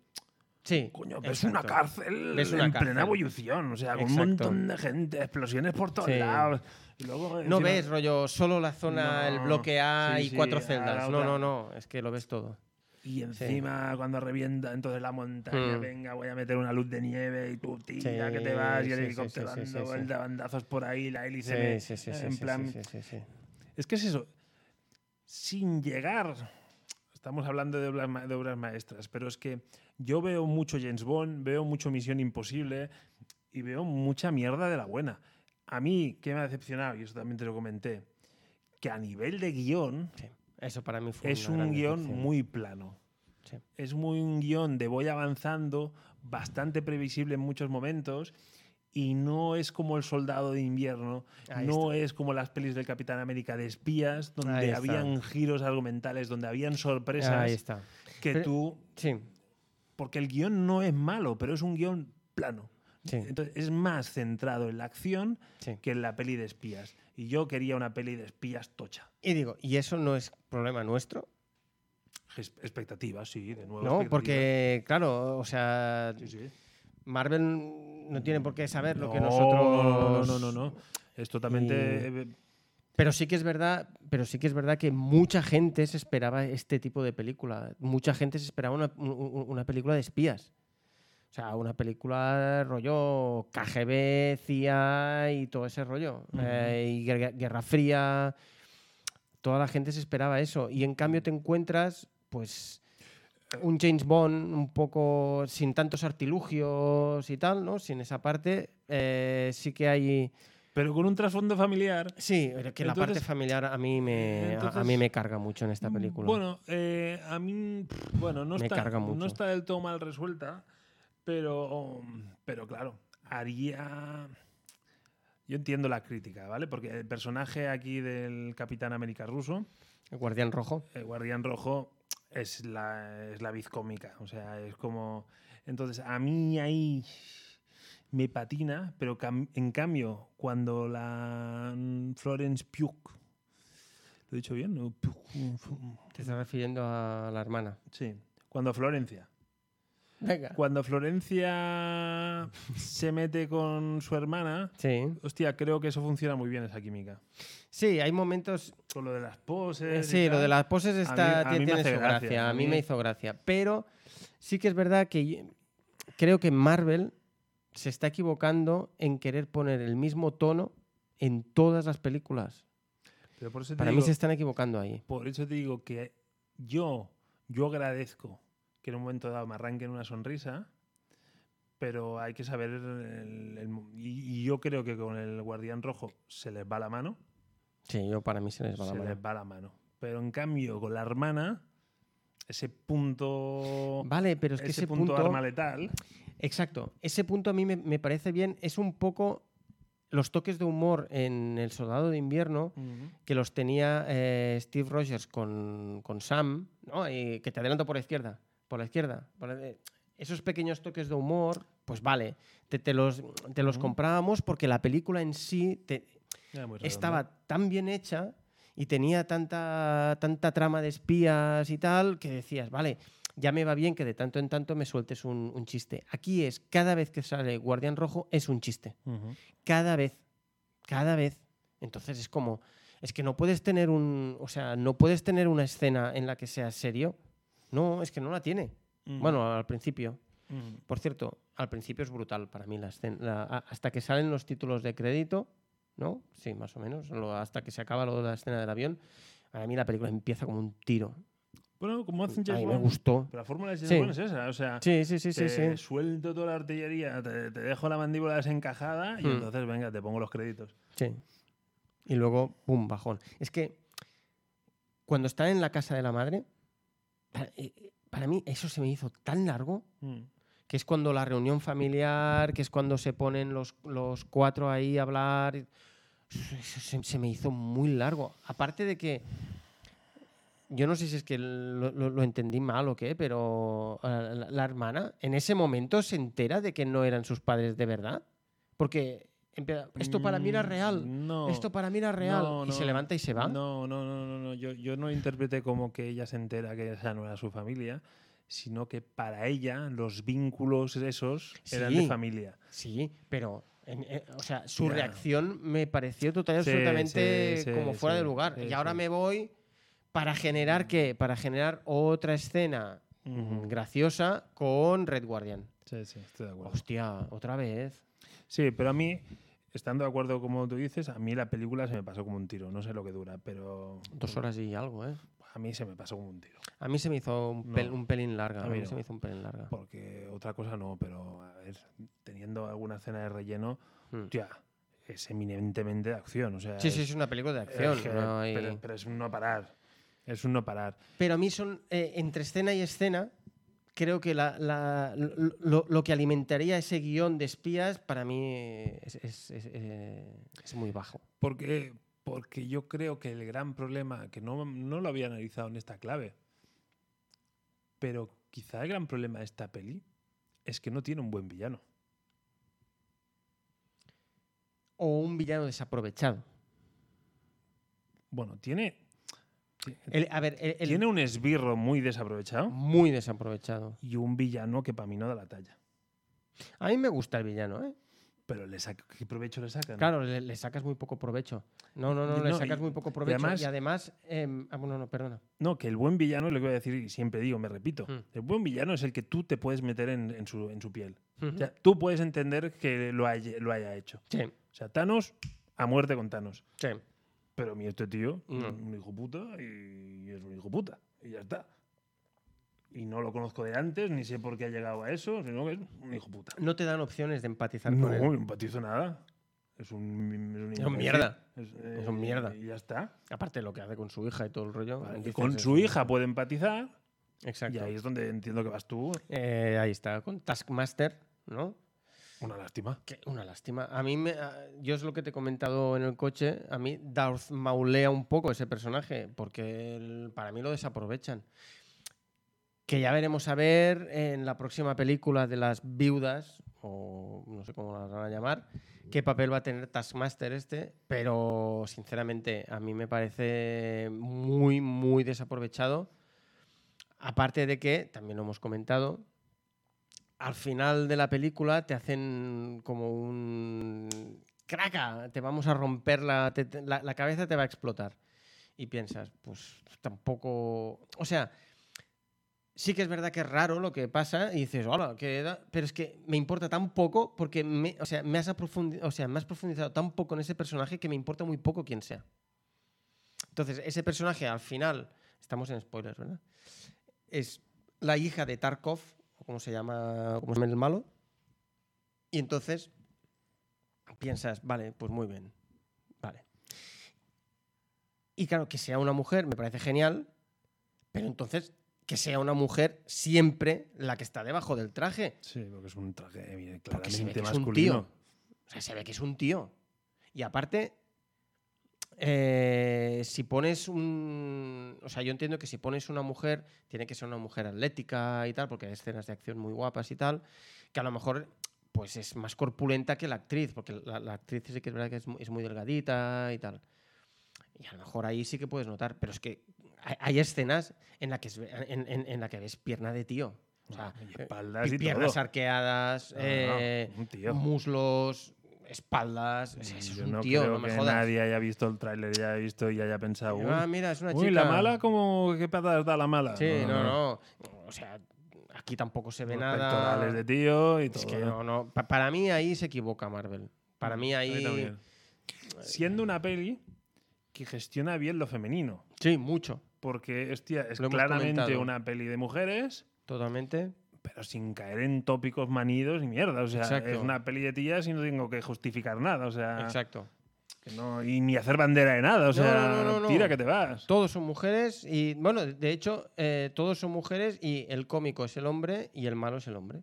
S2: Sí.
S1: coño, ves
S2: exacto.
S1: una cárcel
S2: Ves una
S1: en
S2: cárcel.
S1: plena ebullición, o sea, con
S2: Exacto.
S1: un montón de gente, explosiones por todos
S2: Sí.
S1: lados. Y luego,
S2: No
S1: encima-
S2: ves rollo solo la zona, el
S1: No,
S2: bloque A
S1: sí,
S2: y
S1: sí,
S2: cuatro
S1: a la
S2: celdas. No,
S1: otra.
S2: no, no, es que lo ves todo.
S1: Y encima cuando revienta entonces la montaña,
S2: Mm.
S1: venga, voy a meter una luz de nieve y tú tira
S2: Sí,
S1: que te vas y el
S2: sí, sí,
S1: helicóptero
S2: sí, sí,
S1: dando
S2: sí, sí.
S1: vuelta, bandazos por ahí, la hélice.
S2: Sí,
S1: me-
S2: sí, sí,
S1: eh,
S2: sí,
S1: en
S2: sí, sí,
S1: plan,
S2: sí, sí, sí.
S1: es que es eso. Sin llegar. Estamos hablando de obras, ma- de obras maestras, pero es que yo veo mucho James Bond, veo mucho Misión Imposible y veo mucha mierda de la buena. A mí, que me ha decepcionado, y eso también te lo comenté, que a nivel de guión,
S2: Sí. Eso para mí fue
S1: es
S2: una gran
S1: un guión
S2: decepción.
S1: muy plano.
S2: Sí.
S1: Es muy un guión de voy avanzando, bastante previsible en muchos momentos, y no es como El Soldado de Invierno,
S2: Ahí
S1: no es como las pelis del Capitán América de espías,
S2: Ahí
S1: donde
S2: está.
S1: habían giros argumentales, donde habían sorpresas
S2: Ahí está.
S1: que
S2: Pero-
S1: tú...
S2: Sí,
S1: Porque el guión no es malo, pero es un guión plano.
S2: Sí.
S1: Entonces es más centrado en la acción
S2: sí.
S1: que en la peli de espías. Y yo quería una peli de espías tocha.
S2: Y digo, ¿y eso no es problema nuestro?
S1: Ges- Expectativas, sí, de nuevo.
S2: No,
S1: expectativas.
S2: porque, claro, o sea,
S1: Sí, sí.
S2: Marvel no tiene por qué saber lo que
S1: No,
S2: nosotros.
S1: No, no, no, no, no. Es totalmente. eh,
S2: Pero sí que es verdad, pero sí que es verdad que mucha gente se esperaba este tipo de película. Mucha gente se esperaba una, un- un- una película de espías. O sea, una película rollo KGB, CIA y todo ese rollo.
S1: Ujú.
S2: Eh, y guer- Guerra Fría. Toda la gente se esperaba eso. Y en cambio te encuentras, pues, un James Bond un poco sin tantos artilugios y tal, ¿no? Sin esa parte. eh, sí que hay...
S1: Pero con un trasfondo familiar.
S2: Sí, pero que la
S1: Entonces-
S2: parte familiar a mí me a- a
S1: Entonces- mm,
S2: mí me carga mucho en esta película.
S1: Bueno, eh, a mí pff, bueno, no,
S2: Me
S1: está,
S2: carga
S1: no
S2: mucho.
S1: está del todo mal resuelta, pero, pero claro, haría... Yo entiendo la crítica, ¿vale? Porque el personaje aquí del Capitán América ruso,
S2: El Guardián Rojo.
S1: el Guardián Rojo, es la, es la vid cómica, o sea, es como... Entonces, a mí ahí me patina, pero cam- en cambio, cuando la mm, Florence Pugh... ¿Lo he dicho bien? ¿No? Pugh.
S2: Te estás refiriendo a la hermana.
S1: Sí, cuando Florencia.
S2: Venga.
S1: Cuando Florencia se mete con su hermana,
S2: Sí.
S1: hostia, creo que eso funciona muy bien esa química.
S2: Sí, hay momentos.
S1: Con lo de las poses. y
S2: Eh, Sí, lo
S1: tal.
S2: de las poses está,
S1: eh, a mí me
S2: tiene
S1: hace
S2: su
S1: gracia,
S2: gracia.
S1: a
S2: A mí
S1: mí-
S2: me hizo gracia. Pero sí que es verdad que yo- creo que Marvel se está equivocando en querer poner el mismo tono en todas las películas.
S1: Pero por eso, te
S2: Para mí
S1: digo,
S2: se están equivocando ahí.
S1: por eso te digo que yo, yo agradezco que en un momento dado me arranquen una sonrisa, pero hay que saber. el- el mo- y, y yo creo que con el Guardián Rojo se les va la mano.
S2: Sí, yo para mí se les va la
S1: se
S2: mano.
S1: les va la mano. Pero en cambio, con la hermana, ese punto.
S2: Vale, pero es que
S1: ese,
S2: ese
S1: punto, arma letal.
S2: Exacto. Ese punto a mí me, me parece bien. Es un poco los toques de humor en El Soldado de Invierno que los tenía eh, Steve Rogers con, con Sam, ¿no? Y que te adelanto por la izquierda, por la izquierda. por la- eh, esos pequeños toques de humor, pues vale, te, te los, te los
S1: Ujú.
S2: comprábamos porque la película en sí te-
S1: Era muy redondo.
S2: estaba tan bien hecha y tenía tanta, tanta trama de espías y tal que decías, vale, ya me va bien que de tanto en tanto me sueltes un, un chiste. Aquí es, cada vez que sale Guardián Rojo es un chiste.
S1: Ujú.
S2: Cada vez. Cada vez. Entonces es como, es que no puedes tener un, o sea, no puedes tener una escena en la que sea serio. No, es que no la tiene.
S1: Mm.
S2: Bueno, al principio.
S1: Mm.
S2: Por cierto, al principio es brutal para mí la escena. la- a- hasta que salen los títulos de crédito, ¿no? Sí, más o menos. lo- hasta que se acaba lo de la escena del avión. Para mí la película empieza como un tiro.
S1: Bueno, como hacen
S2: A
S1: James
S2: mí me
S1: Bond.
S2: gustó.
S1: Pero La fórmula de James
S2: Sí.
S1: Bond es esa. O sea,
S2: Sí, sí, sí, sí,
S1: te
S2: sí.
S1: suelto toda la artillería, te, te dejo la mandíbula desencajada y
S2: Mm.
S1: entonces, venga, te pongo los créditos.
S2: Sí. Y luego, ¡pum! bajón. Es que cuando está en la casa de la madre, para, eh, eh, para mí eso se me hizo tan largo,
S1: Mm.
S2: que es cuando la reunión familiar, que es cuando se ponen los, los cuatro ahí a hablar. Eso se, se me hizo muy largo. Aparte de que. Yo no sé si es que lo, lo- lo entendí mal o qué, pero eh, la, la hermana en ese momento se entera de que no eran sus padres de verdad. Porque empieza, esto para mí era
S1: Mm,
S2: real.
S1: No.
S2: Esto para mí era real.
S1: No,
S2: y
S1: no,
S2: se levanta y se va.
S1: No, no, no, no, no. Yo, yo no interpreté como que ella se entera que esa no era su familia, sino que para ella los vínculos esos eran de
S2: Sí.
S1: familia.
S2: Sí, pero. en- eh, o sea, su
S1: Ya.
S2: reacción me pareció total y
S1: Sí,
S2: absolutamente
S1: sí, sí,
S2: como fuera
S1: sí,
S2: de lugar.
S1: sí,
S2: y ahora
S1: sí. Mm.
S2: me voy para generar qué? Para generar otra escena mm, graciosa con Red Guardian.
S1: Sí, sí, estoy de acuerdo.
S2: Hostia, otra vez.
S1: Sí, pero a mí, estando de acuerdo como tú dices, a mí la película se me pasó como un tiro. No sé lo que dura, pero
S2: Dos horas y algo, ¿eh?
S1: a mí se me pasó como un tiro.
S2: A mí se me hizo un,
S1: No.
S2: pel- un pelín larga.
S1: A
S2: A
S1: mí
S2: mí
S1: no.
S2: se me hizo un pelín larga.
S1: Porque otra cosa no, pero a ver, teniendo alguna escena de relleno,
S2: Mm.
S1: ya, es eminentemente de acción. O sea,
S2: Sí,
S1: es-
S2: sí, es una película de acción.
S1: Es que-
S2: no hay-
S1: pero, pero es un no parar. Es un no parar.
S2: Pero a mí son, eh, entre escena y escena, creo que la- la- lo- lo, lo que alimentaría ese guión de espías para mí eh, es, es- es- eh, es muy bajo.
S1: Porque, porque yo creo que el gran problema, que no, no lo había analizado en esta clave, pero quizá el gran problema de esta peli es que no tiene un buen villano.
S2: O un villano desaprovechado.
S1: Bueno, tiene.
S2: El- a ver, el- el-
S1: Tiene un esbirro muy desaprovechado
S2: muy desaprovechado.
S1: y un villano que para mí no da la talla.
S2: A mí me gusta el villano, ¿eh?
S1: Pero le saca, ¿qué provecho le sacan?
S2: Claro, le, le sacas muy poco provecho. No, no, no, le
S1: No,
S2: sacas
S1: y-
S2: muy poco
S1: y
S2: provecho.
S1: además-
S2: Y además, em, ah, bueno, no, perdona.
S1: No, que el buen villano, lo que voy a decir y siempre digo, me repito,
S2: Mm.
S1: el buen villano es el que tú te puedes meter en, en su, en su piel.
S2: Ujú.
S1: O sea, tú puedes entender que lo haya, lo haya hecho.
S2: Sí,
S1: O sea, Thanos, a muerte con Thanos.
S2: sí.
S1: Pero mi este tío,
S2: No.
S1: es un hijo puta y es un hijo puta. Y ya está. Y no lo conozco de antes, ni sé por qué ha llegado a eso, sino que es un hijo puta.
S2: No te dan opciones de empatizar
S1: No,
S2: con él.
S1: no empatizo nada. Es un,
S2: Es
S1: imbécil.
S2: un mierda.
S1: Es, eh,
S2: Es un mierda.
S1: Y ya está.
S2: Aparte de lo que hace con su hija y todo el rollo. dices,
S1: Con
S2: es
S1: su
S2: un-
S1: hija puede empatizar.
S2: Exacto.
S1: Y ahí es donde entiendo que vas tú.
S2: Eh, ahí está, con Taskmaster, ¿no?
S1: Una lástima.
S2: Que una lástima. A mí, me, a- yo es lo que te he comentado en el coche, a mí Darth maulea un poco ese personaje, porque el- para mí lo desaprovechan. Que ya veremos a ver en la próxima película de las viudas, o no sé cómo las van a llamar, qué papel va a tener Taskmaster este, pero sinceramente a mí me parece muy, muy desaprovechado. Aparte de que, también lo hemos comentado, al final de la película te hacen como un craca, te vamos a romper la, te- te- la, la cabeza, te va a explotar. Y piensas, pues tampoco. O sea, sí que es verdad que es raro lo que pasa y dices, hola, qué da-". pero es que me importa tan poco porque me, o sea, me, has aprofundi- o sea, me has profundizado tan poco en ese personaje que me importa muy poco quién sea. Entonces, ese personaje al final, estamos en spoilers, ¿verdad? Es la hija de Tarkov, o como se llama, como se llama el malo. Y entonces piensas, vale, pues muy bien. Vale. Y claro, que sea una mujer me parece genial, pero entonces que sea una mujer siempre la que está debajo del traje.
S1: Sí, porque es un traje evidente-
S2: Porque se ve
S1: claramente
S2: que es un
S1: masculino.
S2: tío. O sea, se ve que es un tío. Y aparte, eh, si pones un. O sea, yo entiendo que si pones una mujer, tiene que ser una mujer atlética y tal, porque hay escenas de acción muy guapas y tal, que a lo mejor pues es más corpulenta que la actriz, porque la, la actriz sí que es verdad que es mu- es muy delgadita y tal. Y a lo mejor ahí sí que puedes notar, pero es que hay, hay escenas en las que, es- en, en- en la que ves pierna de tío. O sea,
S1: Ah, Y
S2: eh,
S1: espaldas
S2: pi-
S1: y
S2: piernas
S1: todo.
S2: arqueadas,
S1: No, no,
S2: eh,
S1: un tío. Mm,
S2: muslos, espaldas. O sea, eso es
S1: Yo
S2: un
S1: no
S2: tío,
S1: creo
S2: no me
S1: que
S2: jodas.
S1: nadie haya visto el tráiler, ya haya visto y haya pensado, uy,
S2: Ah, mira, es una
S1: uy,
S2: chica.
S1: la mala, como qué patadas da la mala.
S2: Sí, no, no, O sea, aquí tampoco se ve
S1: Unos
S2: nada.
S1: Pectorales de tío y todo. ¿eh?
S2: Es que no, no. Pa- para mí ahí se equivoca Marvel. Para mí
S1: Mm, A
S2: ahí. eh,
S1: también. Siendo una peli que gestiona bien lo femenino.
S2: sí, mucho.
S1: Porque, hostia, es
S2: Lo hemos
S1: claramente
S2: comentado.
S1: una peli de mujeres,
S2: Totalmente.
S1: pero sin caer en tópicos manidos y mierda. O sea,
S2: Exacto.
S1: es una peli de tías y no tengo que justificar nada. O sea,
S2: Exacto.
S1: que no- y ni hacer bandera de nada. O
S2: No,
S1: sea,
S2: no, no, no, no.
S1: tira que te vas.
S2: Todos son mujeres y, bueno, de hecho, eh, todos son mujeres y el cómico es el hombre y el malo es el hombre.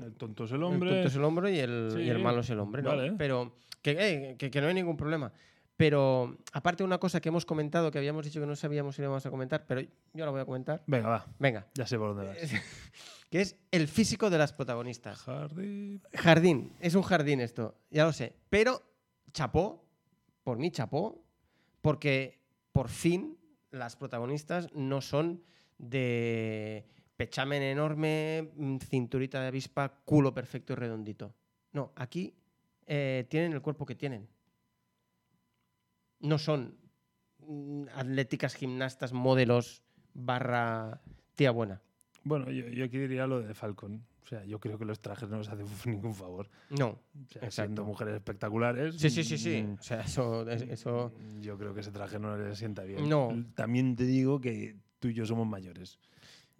S1: El tonto es el
S2: El
S1: hombre.
S2: tonto es el hombre y el, y el
S1: Sí,
S2: malo es el hombre, ¿no?
S1: vale.
S2: Pero que, eh, que- que no hay ningún problema. Pero aparte una cosa que hemos comentado, que habíamos dicho que no sabíamos si lo íbamos a comentar, pero yo la voy a comentar.
S1: Venga, va.
S2: Venga,
S1: Ya sé por dónde
S2: Eh,
S1: vas.
S2: que es el físico de las protagonistas.
S1: Jardín.
S2: Jardín, es un jardín esto, ya lo sé. Pero chapó, por mí chapó, porque por fin las protagonistas no son de pechamen enorme, mm, cinturita de avispa, culo perfecto y redondito. No, aquí eh, tienen el cuerpo que tienen. No son mm, atléticas, gimnastas, modelos, barra tía buena.
S1: Bueno, yo, yo aquí diría lo de Falcon. O sea, yo creo que los trajes no nos hacen ningún favor.
S2: No.
S1: O sea,
S2: Exacto.
S1: siendo mujeres espectaculares.
S2: Sí, sí, sí, sí.
S1: mm,
S2: O sea, eso- es- eso
S1: Yo creo que ese traje no le sienta bien.
S2: No.
S1: L- También te digo que tú y yo somos mayores.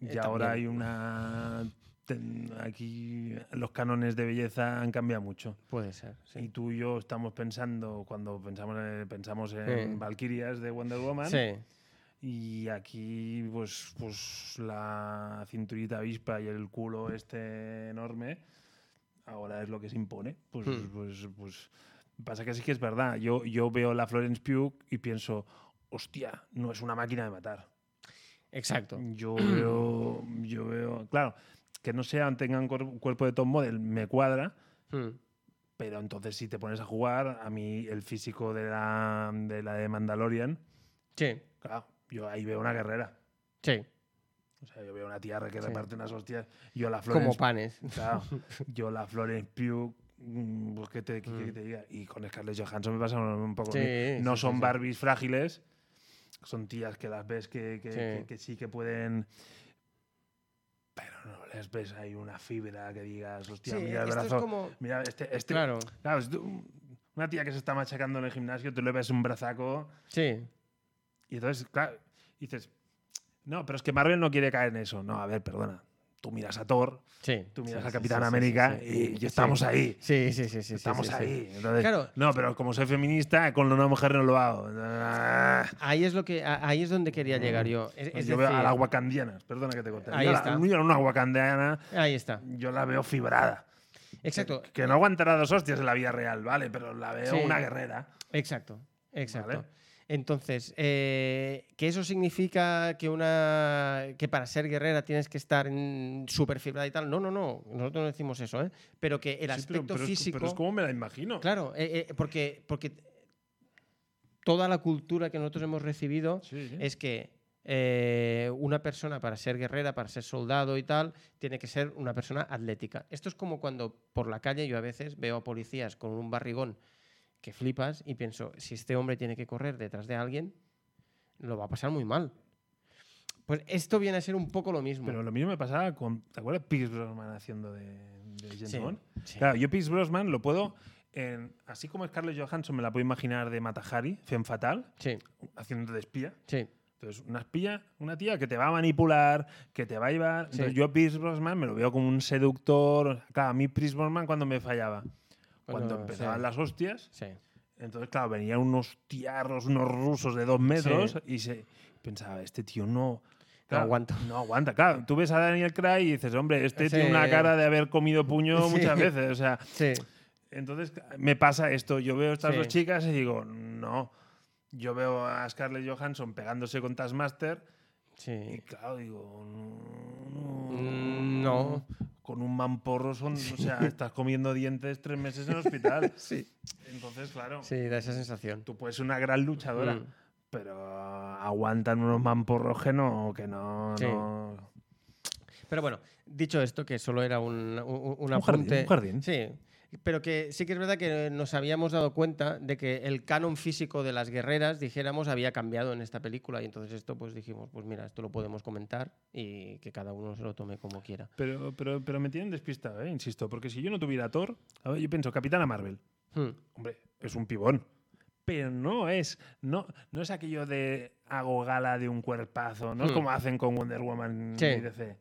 S1: Y
S2: Eh,
S1: ahora
S2: también.
S1: hay una. ten- Aquí los cánones de belleza han cambiado mucho.
S2: puede ser. sí.
S1: Y tú y yo estamos pensando, cuando pensamos en, pensamos
S2: Sí.
S1: en Valkyrias de Wonder Woman,
S2: Sí,
S1: Y aquí, pues, pues la cinturita avispa y el culo este enorme, ahora es lo que se impone. Pues,
S2: Hmm.
S1: pues, pues pasa que sí que es verdad. Yo, yo veo la Florence Pugh y pienso, hostia, no es una máquina de matar.
S2: exacto.
S1: Yo veo, yo veo, claro, que no sean, tengan cuer- cuerpo de top model, me cuadra,
S2: Mm.
S1: pero entonces si te pones a jugar, a mí el físico de la de, la de Mandalorian,
S2: Sí,
S1: claro, Yo ahí veo una guerrera.
S2: Sí,
S1: O sea, yo veo una tía que reparte unas hostias. Yo la Florence
S2: como panes.
S1: Claro, yo la Florence Pugh, mm, pues que te, que- que te diga. Y con Scarlett Johansson me pasa un, un poco. lo
S2: Sí,
S1: mismo.
S2: sí,
S1: no
S2: sí,
S1: son
S2: sí.
S1: Barbies frágiles, son tías que las ves que que-
S2: Sí.
S1: que- que sí que pueden. Pero no les ves ahí una fibra que digas, hostia,
S2: Sí,
S1: mira el
S2: esto es
S1: brazo.
S2: como-
S1: Mira, este. este
S2: Claro,
S1: claro, es de un- una tía que se está machacando en el gimnasio, tú le ves un brazaco.
S2: sí.
S1: Y entonces, claro, dices, no, pero es que Marvel no quiere caer en eso. No, a ver, perdona. Tú miras a Thor,
S2: Sí.
S1: tú miras
S2: Sí,
S1: a
S2: sí,
S1: Capitán
S2: sí, sí,
S1: América
S2: sí,
S1: y-
S2: sí.
S1: y, estamos
S2: Sí.
S1: ahí.
S2: Sí, sí, sí, sí. sí,
S1: Estamos
S2: sí, sí.
S1: ahí. Entonces,
S2: Claro.
S1: No, pero como soy feminista, con una mujer no lo hago. Ah,
S2: Ahí es lo que a- ahí es donde quería llegar yo. Es, es
S1: Mm. Pues yo veo a
S2: decir,
S1: las wakandianas, perdona que te corte.
S2: Ahí
S1: yo, la-
S2: está.
S1: yo a una wakandiana,
S2: Ahí está.
S1: yo la veo fibrada.
S2: Exacto,
S1: Que no aguantará dos hostias en la vida real, ¿vale? Pero la veo
S2: Sí.
S1: una guerrera.
S2: exacto, exacto.
S1: Vale.
S2: Entonces, eh, que eso significa que una que para ser guerrera tienes que estar en super fibra y tal. No, no, no. Nosotros no decimos eso, ¿eh? Pero que el
S1: Sí, pero-
S2: aspecto
S1: pero es-
S2: físico.
S1: pero es como me la imagino.
S2: Claro, eh, eh, porque, porque toda la cultura que nosotros hemos recibido
S1: Sí, sí.
S2: es que eh, una persona para ser guerrera, para ser soldado y tal, tiene que ser una persona atlética. Esto es como cuando por la calle yo a veces veo a policías con un barrigón que flipas y pienso, si este hombre tiene que correr detrás de alguien, lo va a pasar muy mal. Pues esto viene a ser un poco lo mismo.
S1: Pero lo mismo me pasaba con. ¿Te acuerdas Pierce Brosnan haciendo de, de James
S2: Sí,
S1: Bond?
S2: sí.
S1: Claro, yo Pierce Brosnan lo puedo. en- así como Scarlett Johansson me la puedo imaginar de Matahari, Femme Fatal,
S2: Sí,
S1: haciendo de espía.
S2: sí,
S1: Entonces, una espía, una tía que te va a manipular, que te va a llevar.
S2: Sí.
S1: Entonces, yo a Pierce Brosnan me lo veo como un seductor. Claro, a mí Pierce Brosnan cuando me fallaba. Cuando
S2: Cuando-
S1: empezaban
S2: sí.
S1: las hostias,
S2: sí.
S1: entonces, claro, venían unos tiarros, unos rusos de dos metros
S2: Sí.
S1: y se pensaba, este tío no.
S2: aguanto.
S1: No aguanta, claro. Tú ves a Daniel Craig y dices, hombre, este
S2: Sí.
S1: tiene una cara de haber comido puño
S2: Sí.
S1: muchas veces. O sea,
S2: Sí,
S1: entonces me pasa esto. Yo veo estas
S2: Sí.
S1: dos chicas y digo, no. Yo veo a Scarlett Johansson pegándose con Taskmaster y,
S2: sí.
S1: claro, digo,
S2: Mm, No.
S1: Con un mamporro, son, o sea, estás comiendo dientes tres meses en el hospital.
S2: Sí.
S1: Entonces, claro.
S2: Sí, da esa sensación.
S1: Tú puedes ser una gran luchadora,
S2: Mm.
S1: pero aguantan unos mamporros que no. Que no,
S2: Sí.
S1: no-
S2: Pero bueno, dicho esto, que solo era un, un, un
S1: Un jardín,
S2: apunte-
S1: un jardín.
S2: Sí. Pero que sí que es verdad que nos habíamos dado cuenta de que el canon físico de las guerreras, dijéramos, había cambiado en esta película. Y entonces esto, pues dijimos, pues mira, esto lo podemos comentar y que cada uno se lo tome como quiera.
S1: Pero, pero, pero me tienen despistado, ¿eh? insisto, porque si yo no tuviera Thor, a ver, yo pienso, Capitana Marvel,
S2: Hmm.
S1: hombre, es un pibón. Pero no es, no, no es aquello de hago gala de un cuerpazo, no es
S2: Hmm.
S1: como hacen con Wonder Woman
S2: Sí.
S1: y DC.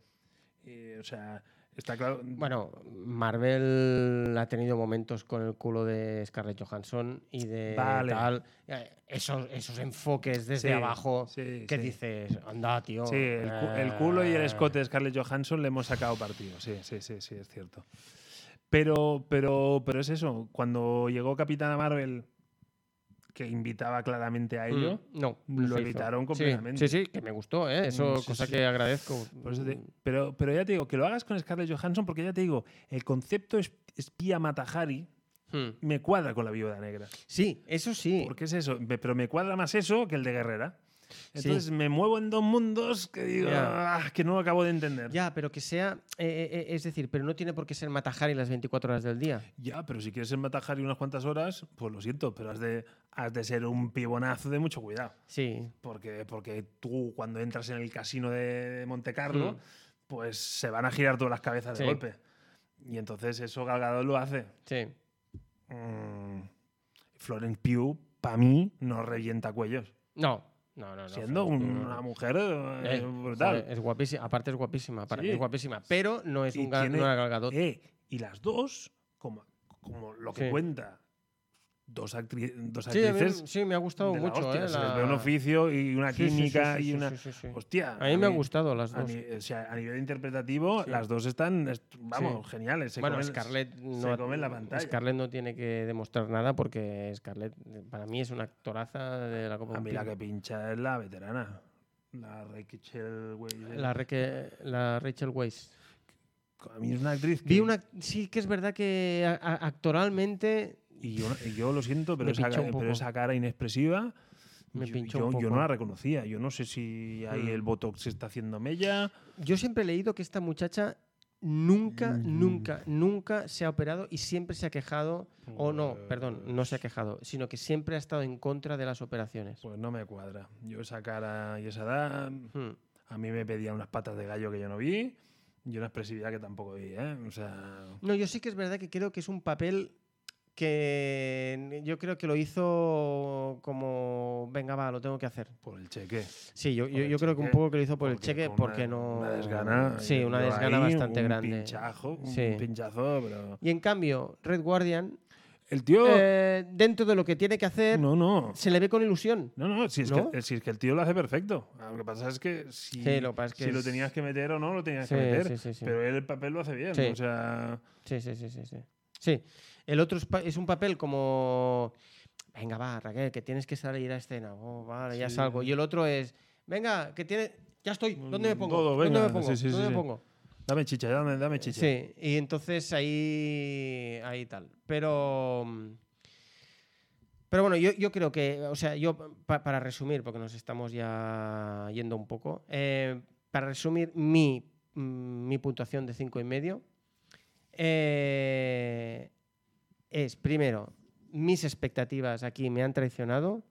S1: Eh, o sea, está claro.
S2: Bueno, Marvel ha tenido momentos con el culo de Scarlett Johansson y de
S1: Vale.
S2: tal. Eh, Esos, esos enfoques desde
S1: Sí,
S2: abajo
S1: sí,
S2: que
S1: sí.
S2: dices, anda, tío.
S1: Sí, el, cu- el culo y el
S2: eh".
S1: escote de Scarlett Johansson le hemos sacado partido. Sí, sí, sí, sí, es cierto. Pero, pero, pero es eso. Cuando llegó Capitana Marvel, que invitaba claramente a ello,
S2: Mm, no,
S1: lo
S2: se hizo.
S1: evitaron
S2: Sí,
S1: completamente.
S2: Sí, sí, que me gustó, ¿eh? eso
S1: Mm, sí,
S2: cosa
S1: sí.
S2: que agradezco. Mm.
S1: Por eso te- pero, pero ya te digo, que lo hagas con Scarlett Johansson, porque ya te digo, el concepto es- espía Matahari
S2: Hmm.
S1: me cuadra con la viuda negra.
S2: Sí, eso sí.
S1: Porque es eso, me- pero me cuadra más eso que el de Guerrera.
S2: Sí.
S1: Entonces me muevo en dos mundos que digo,
S2: Ya.
S1: "Ah, que no lo acabo de entender.
S2: Ya, pero que sea, eh, eh, eh, es decir, pero no tiene por qué ser Matajari las 24 horas del día.
S1: Ya, pero si quieres ser Matajari unas cuantas horas, pues lo siento, pero has de, has de ser un pibonazo de mucho cuidado.
S2: Sí,
S1: Porque, porque tú, cuando entras en el casino de Monte Carlo,
S2: Mm.
S1: pues se van a girar todas las cabezas de
S2: Sí.
S1: golpe. Y entonces eso Galgado lo hace.
S2: sí.
S1: Mm. Florence Pugh, para mí, no revienta cuellos.
S2: No, no, no. no,
S1: siendo
S2: Florence Pugh, no,
S1: una
S2: no.
S1: mujer eh,
S2: Eh,
S1: brutal.
S2: joder, es guapísima, aparte es guapísima, para
S1: Sí.
S2: mí es guapísima, pero no es
S1: Y
S2: un ga-
S1: tiene-
S2: no era Gal Gadot.
S1: Eh, y las dos, como, como lo que
S2: Sí.
S1: cuenta, dos, actri- dos
S2: sí, a mí-
S1: actrices.
S2: sí, me ha gustado
S1: de la
S2: mucho.
S1: hostia,
S2: eh,
S1: se les
S2: la-
S1: ve un oficio y una
S2: Sí, sí, sí,
S1: química
S2: sí, sí,
S1: y una.
S2: sí, sí, sí.
S1: Hostia.
S2: A mí me ha gustado las
S1: A,
S2: dos.
S1: ni- o sea, a nivel interpretativo,
S2: Sí.
S1: las dos están, est- vamos, geniales. se
S2: bueno,
S1: comen-
S2: Scarlett no,
S1: se comen la pantalla.
S2: Scarlett no tiene que demostrar nada porque Scarlett eh, para mí es una actoraza de la
S1: A
S2: Copa de un
S1: mí la que
S2: Pino.
S1: pincha es la veterana. La Rachel Weisz.
S2: la, Reque- la Rachel Weisz.
S1: A mí es una actriz que-
S2: Vi una sí que es verdad que a- a- actoralmente
S1: Y yo, y yo lo siento, pero
S2: Me
S1: esa,
S2: pinchó un
S1: pero
S2: poco.
S1: esa cara inexpresiva
S2: Me
S1: yo,
S2: pinchó
S1: yo-
S2: un
S1: yo
S2: poco.
S1: no la reconocía. Yo no sé si ahí
S2: Mm.
S1: el Botox se está haciendo mella.
S2: Yo siempre he leído que esta muchacha nunca,
S1: Mm.
S2: nunca, nunca se ha operado y siempre se ha quejado, o no, perdón, no se ha quejado, sino que siempre ha estado en contra de las operaciones.
S1: Pues no me cuadra. Yo esa cara y esa edad,
S2: Hmm.
S1: a mí me pedían unas patas de gallo que yo no vi y una expresividad que tampoco vi, ¿eh? O sea,
S2: No, yo sí que es verdad que creo que es un papel que yo creo que lo hizo como, venga, va, lo tengo que hacer.
S1: por el cheque.
S2: Sí, yo,
S1: Por
S2: yo,
S1: el
S2: yo creo que un
S1: cheque,
S2: poco que lo hizo por el
S1: Porque
S2: cheque
S1: fue
S2: porque
S1: una-
S2: no...
S1: Una desgana.
S2: Sí,
S1: yo
S2: una
S1: veo
S2: desgana
S1: ahí
S2: bastante
S1: un
S2: grande.
S1: Pinchazo, un
S2: Sí.
S1: pinchazo, pero.
S2: Y en cambio, Red Guardian,
S1: El tío.
S2: eh, dentro de lo que tiene que hacer,
S1: no, no.
S2: se le ve con ilusión.
S1: No, no, si es,
S2: ¿No?
S1: Que, si es que el tío lo hace perfecto. Ah, Lo que pasa es que si,
S2: Sí, lo que pasa es que
S1: si lo
S2: es-
S1: tenías que meter o no, lo tenías
S2: Sí,
S1: que meter.
S2: sí, sí, sí.
S1: Pero él el papel lo hace bien.
S2: Sí.
S1: O sea,
S2: Sí, sí, sí, sí, sí. Sí. El otro es, pa- es un papel como. Venga, va, Raquel, que tienes que salir a escena. Oh, vale, ya
S1: Sí.
S2: salgo. Y el otro es. Venga, que tiene. Ya estoy. ¿Dónde me
S1: Mm,
S2: pongo?
S1: todo,
S2: ¿Dónde me
S1: venga.
S2: pongo?
S1: Sí, sí,
S2: ¿Dónde
S1: sí,
S2: me
S1: sí.
S2: pongo?
S1: dame chicha, dame, dame chicha.
S2: Sí, y entonces ahí, ahí tal. Pero, mm, pero bueno, yo, yo creo que, o sea, yo pa- para resumir, porque nos estamos ya yendo un poco, eh, para resumir mi, mm, mi puntuación de cinco y medio eh, es, primero, mis expectativas aquí me han traicionado.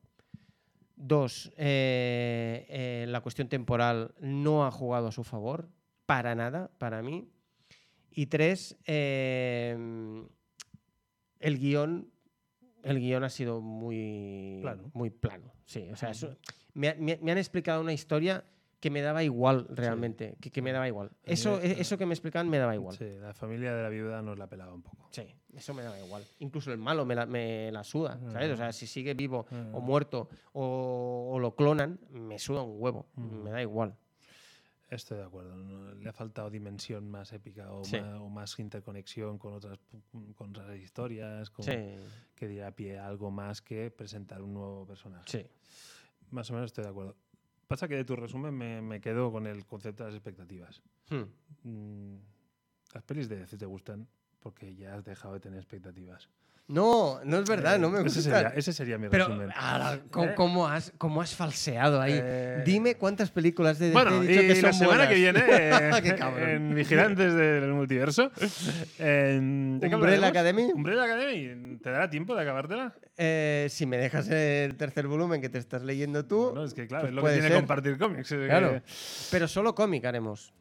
S2: Dos, eh, eh, la cuestión temporal no ha jugado a su favor, para nada, para mí. Y tres, eh, el guión. El guión ha sido muy
S1: Plano.
S2: Muy plano. Sí, o sea, eso- me, ha- me- me han explicado una historia que me daba igual realmente, que, que me daba igual.
S1: mí
S2: Eso,
S1: me-
S2: eso que me explicaban me daba igual.
S1: Sí, la familia de la viuda nos la pelaba un poco.
S2: Sí, eso me daba igual. Incluso el malo me la, me la suda, ¿sabes? O sea, si sigue vivo
S1: Mm.
S2: o muerto o, o lo clonan, me suda un huevo,
S1: Mm.
S2: me da igual.
S1: Estoy de acuerdo. no- le ha faltado dimensión más épica o,
S2: Sí.
S1: ma- o más interconexión con otras, pu- con otras historias, con-
S2: Sí,
S1: que diera pie a algo más que presentar un nuevo personaje.
S2: sí.
S1: Más o menos estoy de acuerdo. Pasa que de tu resumen me, me quedo con el concepto de las expectativas.
S2: Hmm.
S1: Mm, las pelis de DC te gustan porque ya has dejado de tener expectativas.
S2: No, no es verdad, no me
S1: Eh, Ese sería,
S2: gusta.
S1: ese sería mi
S2: Pero,
S1: resumen.
S2: ala, co- ¿cómo, has, ¿cómo has falseado ahí?
S1: Eh.
S2: Dime cuántas películas de
S1: Bueno,
S2: te he
S1: y
S2: dicho que son
S1: la semana que viene,
S2: buenas.
S1: eh,
S2: Qué cabrón.
S1: en Vigilantes del Multiverso, en ¿de qué
S2: Umbrella
S1: hablaremos?
S2: Academy.
S1: Umbrella Academy, ¿te dará tiempo de acabártela?
S2: Eh, si me dejas el tercer volumen que te estás leyendo tú.
S1: No, es que claro,
S2: pues
S1: es lo que
S2: puede
S1: tiene
S2: ser.
S1: compartir cómics. eh,
S2: Claro.
S1: que-
S2: Pero solo cómic haremos.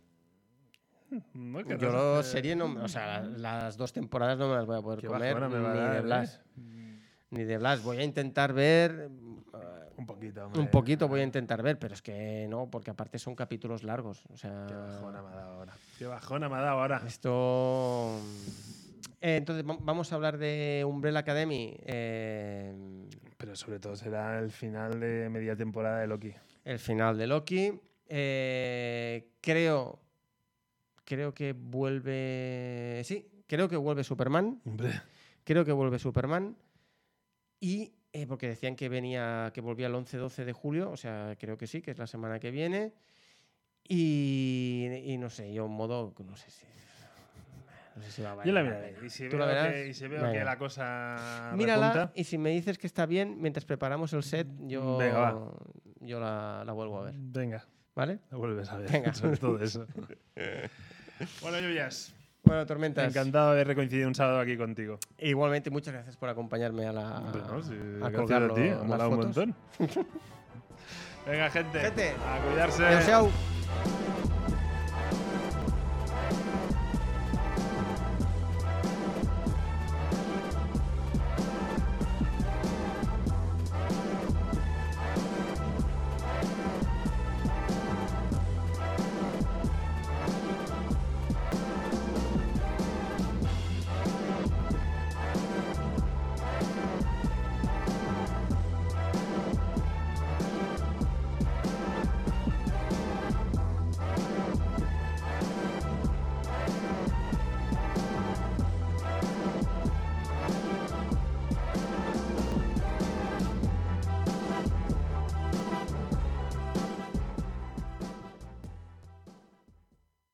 S1: no, que
S2: Yo
S1: no-
S2: lo
S1: eh,
S2: serie no, o sea, las dos temporadas no me las voy a poder
S1: qué
S2: comer
S1: bajona me va a
S2: ni
S1: dar,
S2: de
S1: eh.
S2: Blas, ni de Blas. Voy a intentar ver eh,
S1: Un poquito, hombre. eh.
S2: un poquito, voy a intentar ver, pero es que no, porque aparte son capítulos largos, o
S1: Qué bajona
S2: sea,
S1: me ha dado ahora. Qué bajona me ha dado ahora.
S2: esto. Eh, entonces vam- vamos a hablar de Umbrella Academy, eh,
S1: Pero sobre todo será el final de media temporada de Loki.
S2: el final de Loki. Eh, creo, creo que vuelve, sí, creo que vuelve Superman.
S1: Hombre,
S2: Creo que vuelve Superman. Y eh, porque decían que venía, que volvía el 11-12 de julio, o sea, creo que sí, que es la semana que viene. Y, y no sé, yo en modo, no sé si. No sé si va a
S1: Yo la
S2: valer
S1: miraré.
S2: pena.
S1: Y si
S2: ¿Tú
S1: veo,
S2: la verás?
S1: que, y si veo
S2: Venga.
S1: que la cosa
S2: Mírala
S1: repunta,
S2: y si me dices que está bien, mientras preparamos el set, yo,
S1: Mm, Venga, va.
S2: yo la, la vuelvo a ver.
S1: venga,
S2: ¿Vale?
S1: la vuelves a ver.
S2: Venga.
S1: Sobre todo eso. bueno, lluvias.
S2: Bueno, Tormentas.
S1: Encantado de haber recoincidido un sábado aquí contigo.
S2: Igualmente, muchas gracias por acompañarme a la.
S1: Bueno, sí,
S2: Ah, a
S1: gracias
S2: colgarlo,
S1: a ti, ha
S2: las
S1: molado un
S2: fotos.
S1: montón. Venga, gente,
S2: Gente,
S1: a cuidarse.
S2: Chao, chao.